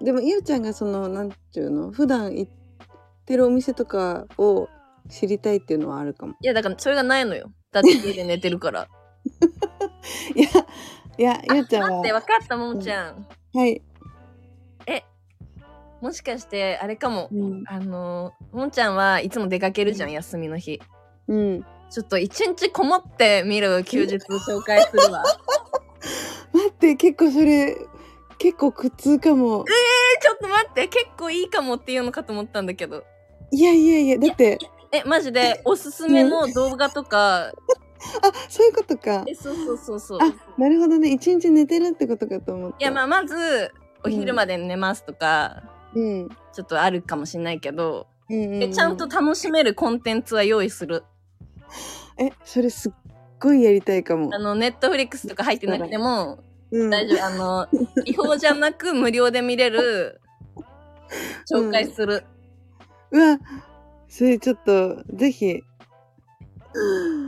S1: でもゆうちゃんがそのなんていうの普段行ってるお店とかを知りたいっていうのはあるかも
S2: いやだからそれがないのよだって家で寝てるから
S1: いやいやゆうちゃん
S2: 待って
S1: は
S2: 分かったももちゃん、
S1: はい、
S2: もしかしてあれかも
S1: うん
S2: あのーももちゃんはいつも出かけるじゃん、
S1: うん
S2: 休みの日
S1: うん、
S2: ちょっと一日こもって見る休日紹介するわ
S1: 待って結構それ結構苦痛かも
S2: ちょっと待って結構いいかもっていうのかと思ったんだけど
S1: いやいやいやだって
S2: えマジでおすすめの動画とか、
S1: あそういうことか
S2: えそうそうそうそう
S1: あなるほどね一日寝てるってことかと思った
S2: いやまあまずお昼まで寝ますとか、
S1: うん
S2: ちょっとあるかもしれないけど、
S1: うんうんう
S2: え
S1: ん
S2: ちゃんと楽しめるコンテンツは用意する
S1: えそれすっごいやりたいかも
S2: あのネットフリックスとか入ってなくても
S1: うん
S2: 大丈夫あの違法じゃなく無料で見れる紹介する、
S1: うわそれちょっとぜひ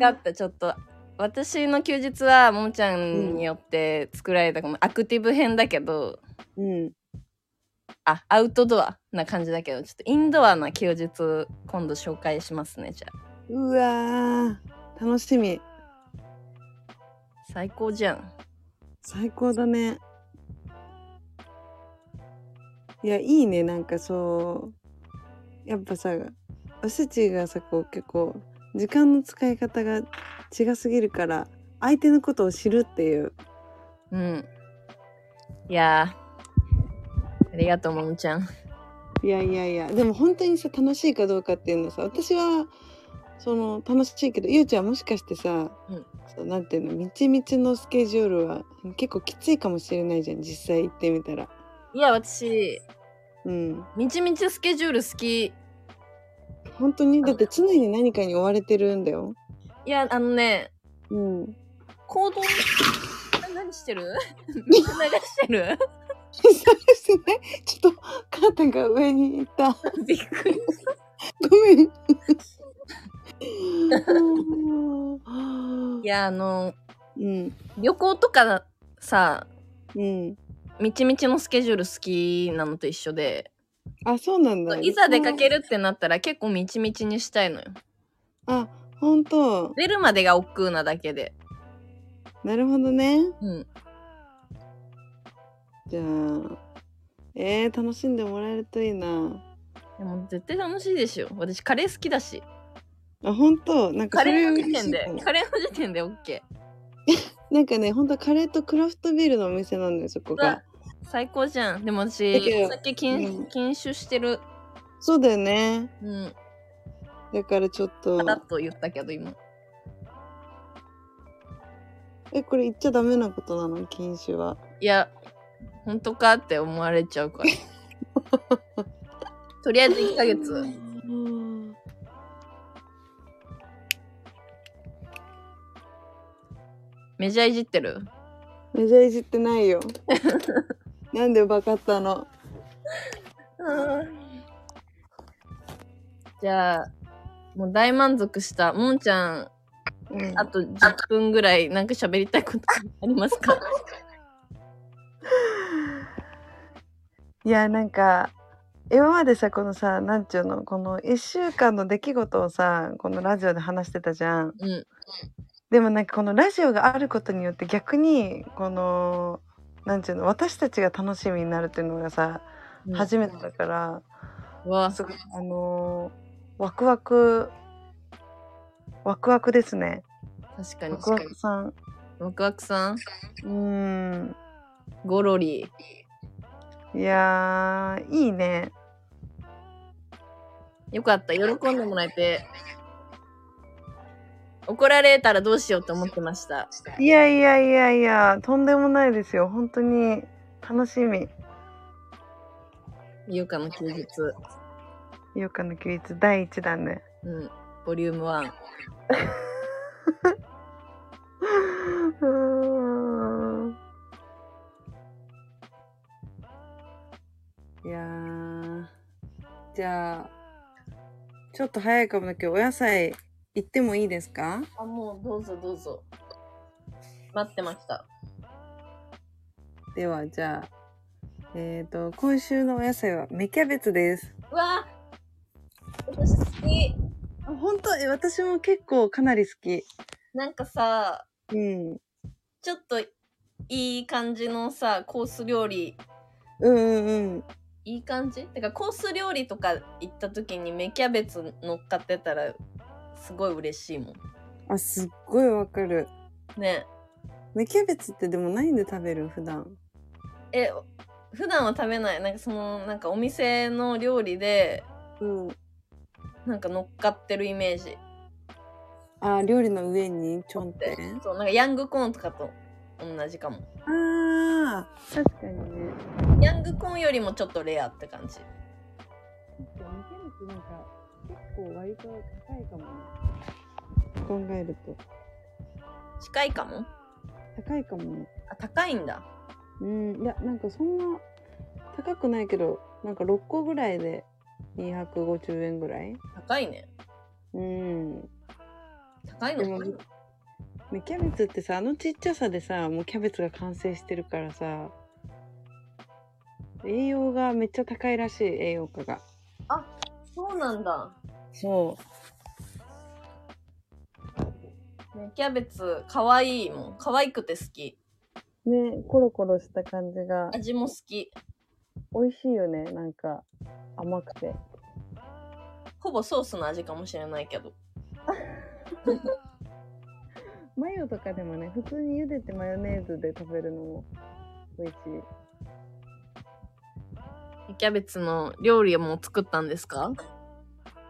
S2: だってちょっと私の休日はももちゃんによって作られたこのアクティブ編だけど
S1: うん
S2: あアウトドアな感じだけどちょっとインドアな休日今度紹介しますねじゃあ
S1: うわー楽しみ
S2: 最高じゃん
S1: 最高だねいやいいねなんかそうやっぱさ私たちがさこう結構時間の使い方が違すぎるから相手のことを知るっていう
S2: うんいやーありがとうももちゃん
S1: いやいやいやでも本当にさ楽しいかどうかっていうのさ私はその楽しいけどゆうちゃんはもしかしてさ、
S2: うん
S1: そうなんていうのみちみちのスケジュールは結構きついかもしれないじゃん実際行ってみたら
S2: いや私
S1: うん
S2: みちみちスケジュール好き
S1: 本当にだって常に何かに追われてるんだよ
S2: いやあのね
S1: うん
S2: 行動あ 何してる水流してる
S1: そうしてないちょっと肩が上にいった ご
S2: びっくり
S1: め んうん
S2: いやあの
S1: うん
S2: 旅行とかさ
S1: うん
S2: みちみちのスケジュール好きなのと一緒で
S1: あそうなんだ
S2: いざ出かけるってなったら結構みちみちにしたいのよ
S1: あ本当
S2: 出るまでが億劫なだけで
S1: なるほどね
S2: うん
S1: じゃあ、えー、楽しんでもらえるといいな。
S2: でも絶対楽しいでしょ私カレー好きだし
S1: あ、本当なんか
S2: カ
S1: それ
S2: レーの
S1: 嬉
S2: 時
S1: し
S2: 点
S1: い
S2: で
S1: かも
S2: カレーの時点で OK
S1: なんかね、本当カレーとクラフトビールのお店なんだよ、そこ
S2: うわ
S1: が。
S2: 最高じゃんでも
S1: だ
S2: 私
S1: けど
S2: お酒禁,、
S1: うん
S2: 禁酒してる
S1: そうだよね。
S2: うん
S1: だからちょっと
S2: パ、タッと言ったけど今
S1: え、これ言っちゃダメなことなの、禁酒は。
S2: いや本当かって思われちゃうからとりあえず1ヶ月
S1: うん
S2: メジャーいじってる
S1: メジャーいじってない よ。なんでバカったの。
S2: じゃあもう大満足したもんちゃん
S1: うん
S2: あと10分ぐらいなんか喋りたいことありますか
S1: いや、なんか、今までさ、このさ、なんちゅうの、この1週間の出来事をさ、このラジオで話してたじゃん。
S2: うん
S1: でもなんかこのラジオがあることによって逆にこのなんていうの私たちが楽しみになるっていうのがさ、初めてだから
S2: わ
S1: すごいあのーワクワクワクワクですね
S2: 確かに
S1: ワクワ
S2: 確かに
S1: クさん
S2: ワクワクさん
S1: うーん
S2: ゴロリ
S1: いやーいいね
S2: よかった喜んでもらえて怒られたらどうしようと思ってました
S1: いやいやいやいやとんでもないですよ本当に楽しみ
S2: ゆうかの休日
S1: よかの休日第1弾ね
S2: うんボリューム1
S1: うーんいやーじゃあちょっと早いかもだけどお野菜行ってもいいですか
S2: あもうどうぞどうぞ待ってました
S1: ではじゃあえっ、と今週のお野菜は芽キャベツです
S2: うわ私好き
S1: あ本当え私も結構かなり好き
S2: なんかさ
S1: うんうん
S2: ちょっといい感じのさコース料理
S1: うんうん
S2: いい感じてかコース料理とか行った時に芽キャベツ乗っかってたらすごい嬉しいもん
S1: あすっごいわかる
S2: ね
S1: 芽キャベツってでも何で食べる普段
S2: え普段は食べないなんかそのなんかお店の料理で
S1: うん
S2: なんか乗っかってるイメージ
S1: あー料理の上にちょんって
S2: そうなんかヤングコーンとかと同じかも
S1: あー確かにね
S2: ヤングコーンよりもちょっとレアって感じ
S1: なんか結構割と高いかもね考えると
S2: 近いかも
S1: 高いかもね
S2: あ高いんだ
S1: うんいやなんかそんな高くないけどなんか6個ぐらいで250円ぐらい
S2: 高いね
S1: うん
S2: 高いの
S1: でも芽キャベツってさあのちっちゃさでさもうキャベツが完成してるからさ栄養がめっちゃ高いらしい栄養価が
S2: そうなんだ
S1: そ
S2: ねキャベツ可愛いもん可愛くて好き
S1: うねコロコロした感じが
S2: 味も好き
S1: 美味しいよねなんか甘くて
S2: ほぼソースの味かもしれないけど
S1: マヨとかでもね普通に茹でてマヨネーズで食べるのも美味しい
S2: キャベツの料理も作ったんですか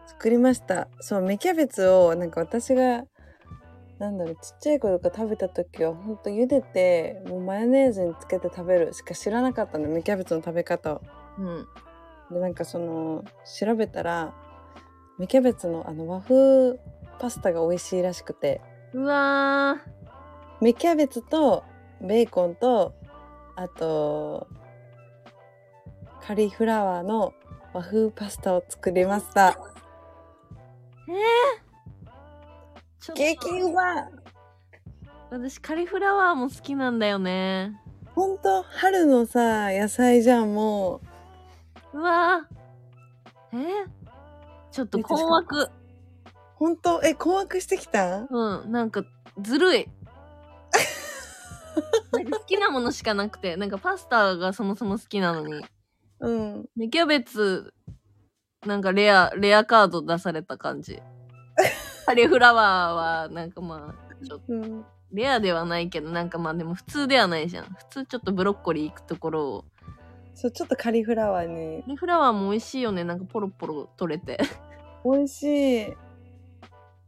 S1: 作りましたそう芽キャベツをなんか私がなんだろうちっちゃい頃から食べた時はほんと茹でてもうマヨネーズにつけて食べるしか知らなかったの芽キャベツの食べ方を
S2: うん
S1: でなんかその調べたら芽キャベツのあの和風パスタが美味しいらしくて
S2: うわー
S1: 芽キャベツとベーコンとあとカリフラワーの和風パスタを作りました
S2: ちょっと
S1: 激うま
S2: 私カリフラワーも好きなんだよね
S1: ほんと春のさ野菜じゃんも
S2: うわーえちょっと困惑
S1: うほんとえ困惑してきた
S2: うんなんかずるいなんか好きなものしかなくてなんかパスタがそもそも好きなのに
S1: うん
S2: ねキャベツなんかレアレアカード出された感じカリフラワーはなんかまあ
S1: うん
S2: レアではないけどなんかまあでも普通ではないじゃん普通ちょっとブロッコリー行くところを
S1: そうちょっとカリフラワーに
S2: カリフラワーも美味しいよねなんかポロポロ取れて
S1: 美味しい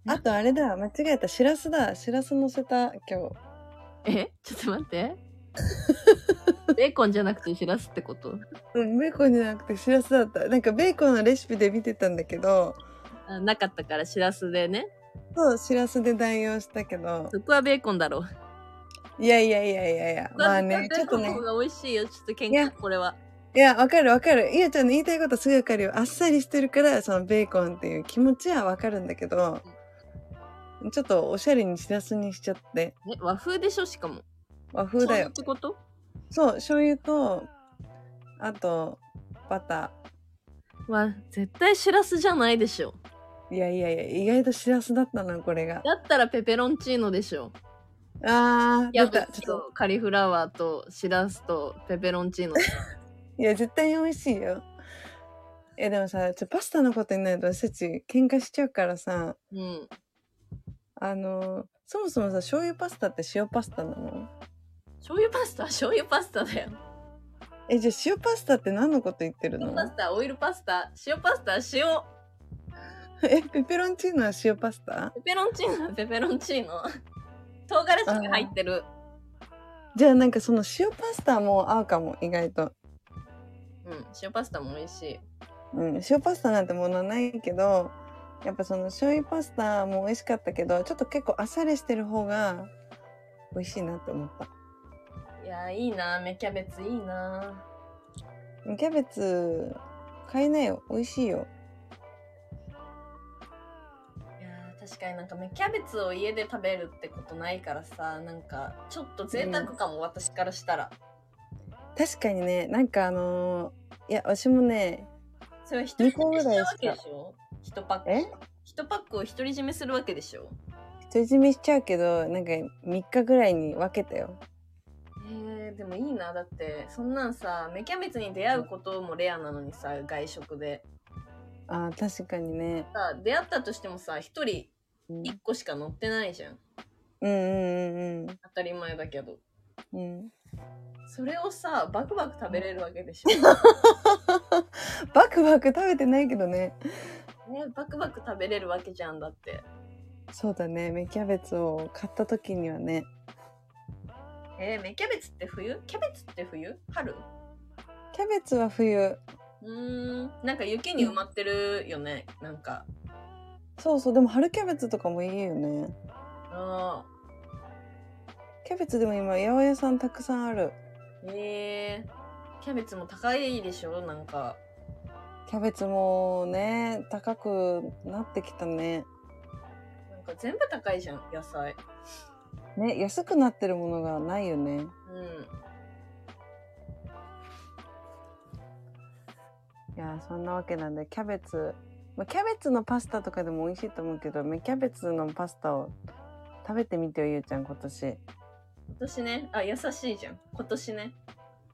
S1: あとあれだ間違えたしらすだしらす乗せた今日
S2: えちょっと待ってベーコンじゃなくてしらすってこと
S1: うんベーコンじゃなくてしらすだったなんかベーコンのレシピで見てたんだけど
S2: あなかったからしらすでね
S1: そうしらすで代用したけど
S2: そこはベーコンだろう
S1: いやいやいやいやいやまあね
S2: ベ
S1: ちょ
S2: ー
S1: っ
S2: コ
S1: と
S2: ンの
S1: ね
S2: 方が美味しいよちょっと喧
S1: いや
S2: 嘩これはい
S1: やわかるわかるいやちゃんの言いたいことすぐわかるよあっさりしてるからそのベーコンっていう気持ちはわかるんだけどちょっとおしゃれにしらすにしちゃって
S2: え和風でしょしかも
S1: 和風だ
S2: 醤油
S1: よ
S2: ってこと
S1: そう醤油とあとバタ
S2: わ絶対しらすじゃないでしょ
S1: ーいやいやいや意外としらすだったなこれが
S2: だったらペペロンチーノでしょ
S1: あー
S2: キャ
S1: 出
S2: ベ
S1: た
S2: ツ
S1: ちょっ
S2: とカリフラワーとしらすとペペロンチーノ
S1: といや絶対美味しいよえでもさちょパスタのことになると私たち喧嘩しちゃうからさ
S2: うん
S1: あのそもそもさ醤油パスタって塩パスタなの
S2: 醤油パスタは醤油パスタだよ
S1: えじゃあ塩パスタって何のこと言ってるの
S2: パスタオイルパスタ塩パスタ塩
S1: えペペロンチーノは塩パスタ
S2: ペペロンチーノペペロンチーノ唐辛子が入ってる
S1: じゃあなんかその塩パスタも合うかも意外と、
S2: うん塩パスタも美味しい
S1: うん、塩パスタなんてものはないけどやっぱその醤油パスタも美味しかったけどちょっと結構あっさりしてる方が美味しいなって思った
S2: いやーいいな芽キャベツいいな
S1: キャベツ買いなよ美味しいよ
S2: いやー確かになんか芽キャベツを家で食べるってことないからさなんかちょっと贅沢かも、私からしたら
S1: 確かにねなんかあのーいや私もね
S2: それは一人
S1: 二個
S2: 占め
S1: ぐ
S2: し
S1: ら
S2: ち
S1: い
S2: ゃ
S1: しか
S2: うわけでしょ一パック
S1: え
S2: 一パックを独り占めするわけでしょ
S1: 独り占めしちゃうけどなんか3日ぐらいに分けたよ
S2: えー、でもいいなだってそんなんさ芽キャベツに出会うこともレアなのにさ外食で
S1: あー確かにね、
S2: さ出会ったとしてもさ一人
S1: うん
S2: 一個しか乗ってないじゃん
S1: うんうん
S2: 当たり前だけど
S1: うんうんうん
S2: それをさバクバク食べれるわけでし
S1: バクバク食べてないけどね
S2: ょねバクバク食べれるわけじゃんだって
S1: そうだね芽キャベツを買った時にはね
S2: えー、芽キャベツって冬キャベツって冬春
S1: キャベツは冬
S2: うーんなんか雪に埋まってるよねなんか
S1: そうそうでも春キャベツとかもいいよね
S2: あ
S1: キャベツでも今八百屋さんたくさんある
S2: ーえー、キャベツも高いでしょなんか
S1: キャベツもね高くなってきたね
S2: なんか全部高いじゃん野菜
S1: ね安くなってるものがないよね
S2: うん
S1: いやーそんなわけなんでキャベツ、まあ、キャベツのパスタとかでも美味しいと思うけど芽キャベツのパスタを食べてみてよゆうちゃん今年
S2: 今年ねあ優しいじゃん今年ね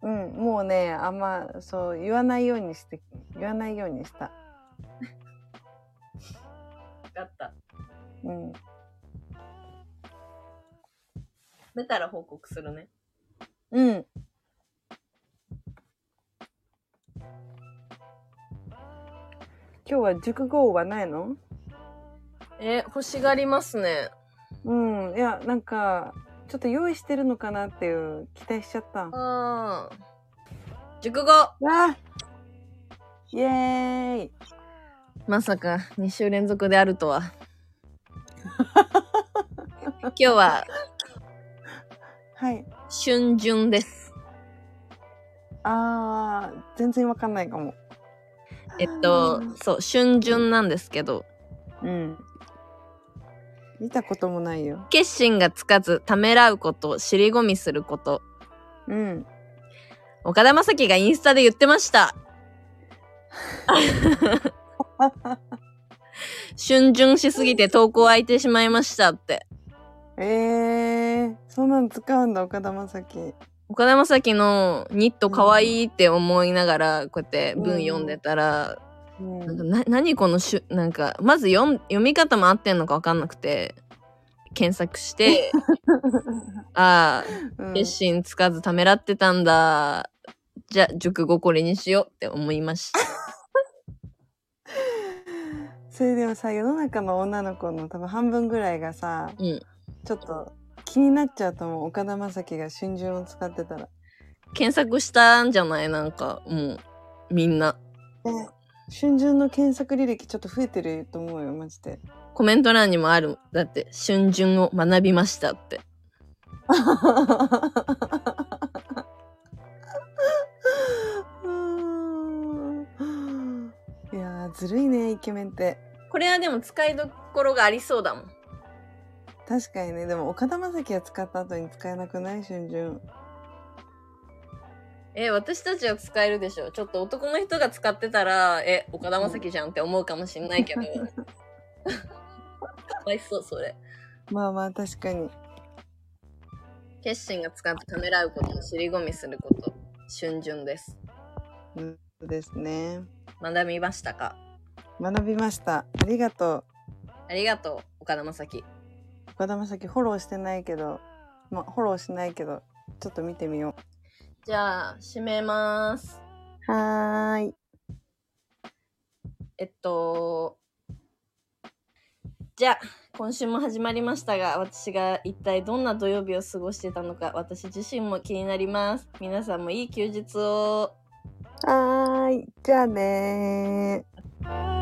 S1: うんもうねあんまそう言わないようにして言わないようにした
S2: 分かった
S1: うん
S2: 出たら報告するね
S1: うん今日は熟語はないの
S2: えー、欲しがりますね
S1: うんいやなんかちょっと用意してるのかなっていう期待しちゃったわ
S2: うん熟語
S1: あイエーイ
S2: まさか2週連続であると は今日は
S1: はい
S2: 春巡です
S1: あー全然わかんないかも
S2: えっとそう春巡なんですけど
S1: うん見たこともないよ
S2: 決心がつかずためらうこと尻込みすること
S1: うん
S2: 岡田将生がインスタで言ってました春巡しすぎて投稿空いてしまいましたって
S1: えー、そんなの使うんだ岡田将生
S2: 岡田将生のニット可愛いって思いながらこうやって文読んでたら、
S1: うん
S2: なんかな何このしゅなんかまず読ん読み方も合ってんのか分かんなくて検索してあ
S1: う
S2: あ
S1: ん
S2: 決心つかずためらってたんだじゃ熟語これにしようって思いま した
S1: それでもさ世の中の女の子の多分半分ぐらいがさ、
S2: うん
S1: ちょっと気になっちゃうと思う岡田将生が春巡を使ってたら。
S2: 検索したんじゃないなんかもうみんな
S1: ね春巡の検索履歴ちょっと増えてると思うよマジで。
S2: コメント欄にもあるだって「春巡を学びました」って
S1: いやーずるいねイケメンって
S2: これはでも使いどころがありそうだもん
S1: 確かにねでも岡田将生は使った後に使えなくない春巡
S2: え私たちは使えるでしょちょっと男の人が使ってたらえ岡田将生じゃんって思うかもしんない けどかわいそうそれ
S1: まあまあ確かに
S2: 決心がつかずためらうこと尻込みすること春巡です
S1: うんですね
S2: 学びましたか
S1: 学びましたありがとう
S2: ありがとう岡田将生
S1: 岡田将生フォローしてないけどまあフォローしないけどちょっと見てみよ
S2: じゃあ締めます
S1: うはーい
S2: えっとじゃあ今週も始まりましたが私が一体どんな土曜日を過ごしてたのか私自身も気になります皆さんもいい休日を
S1: はーいじゃあねー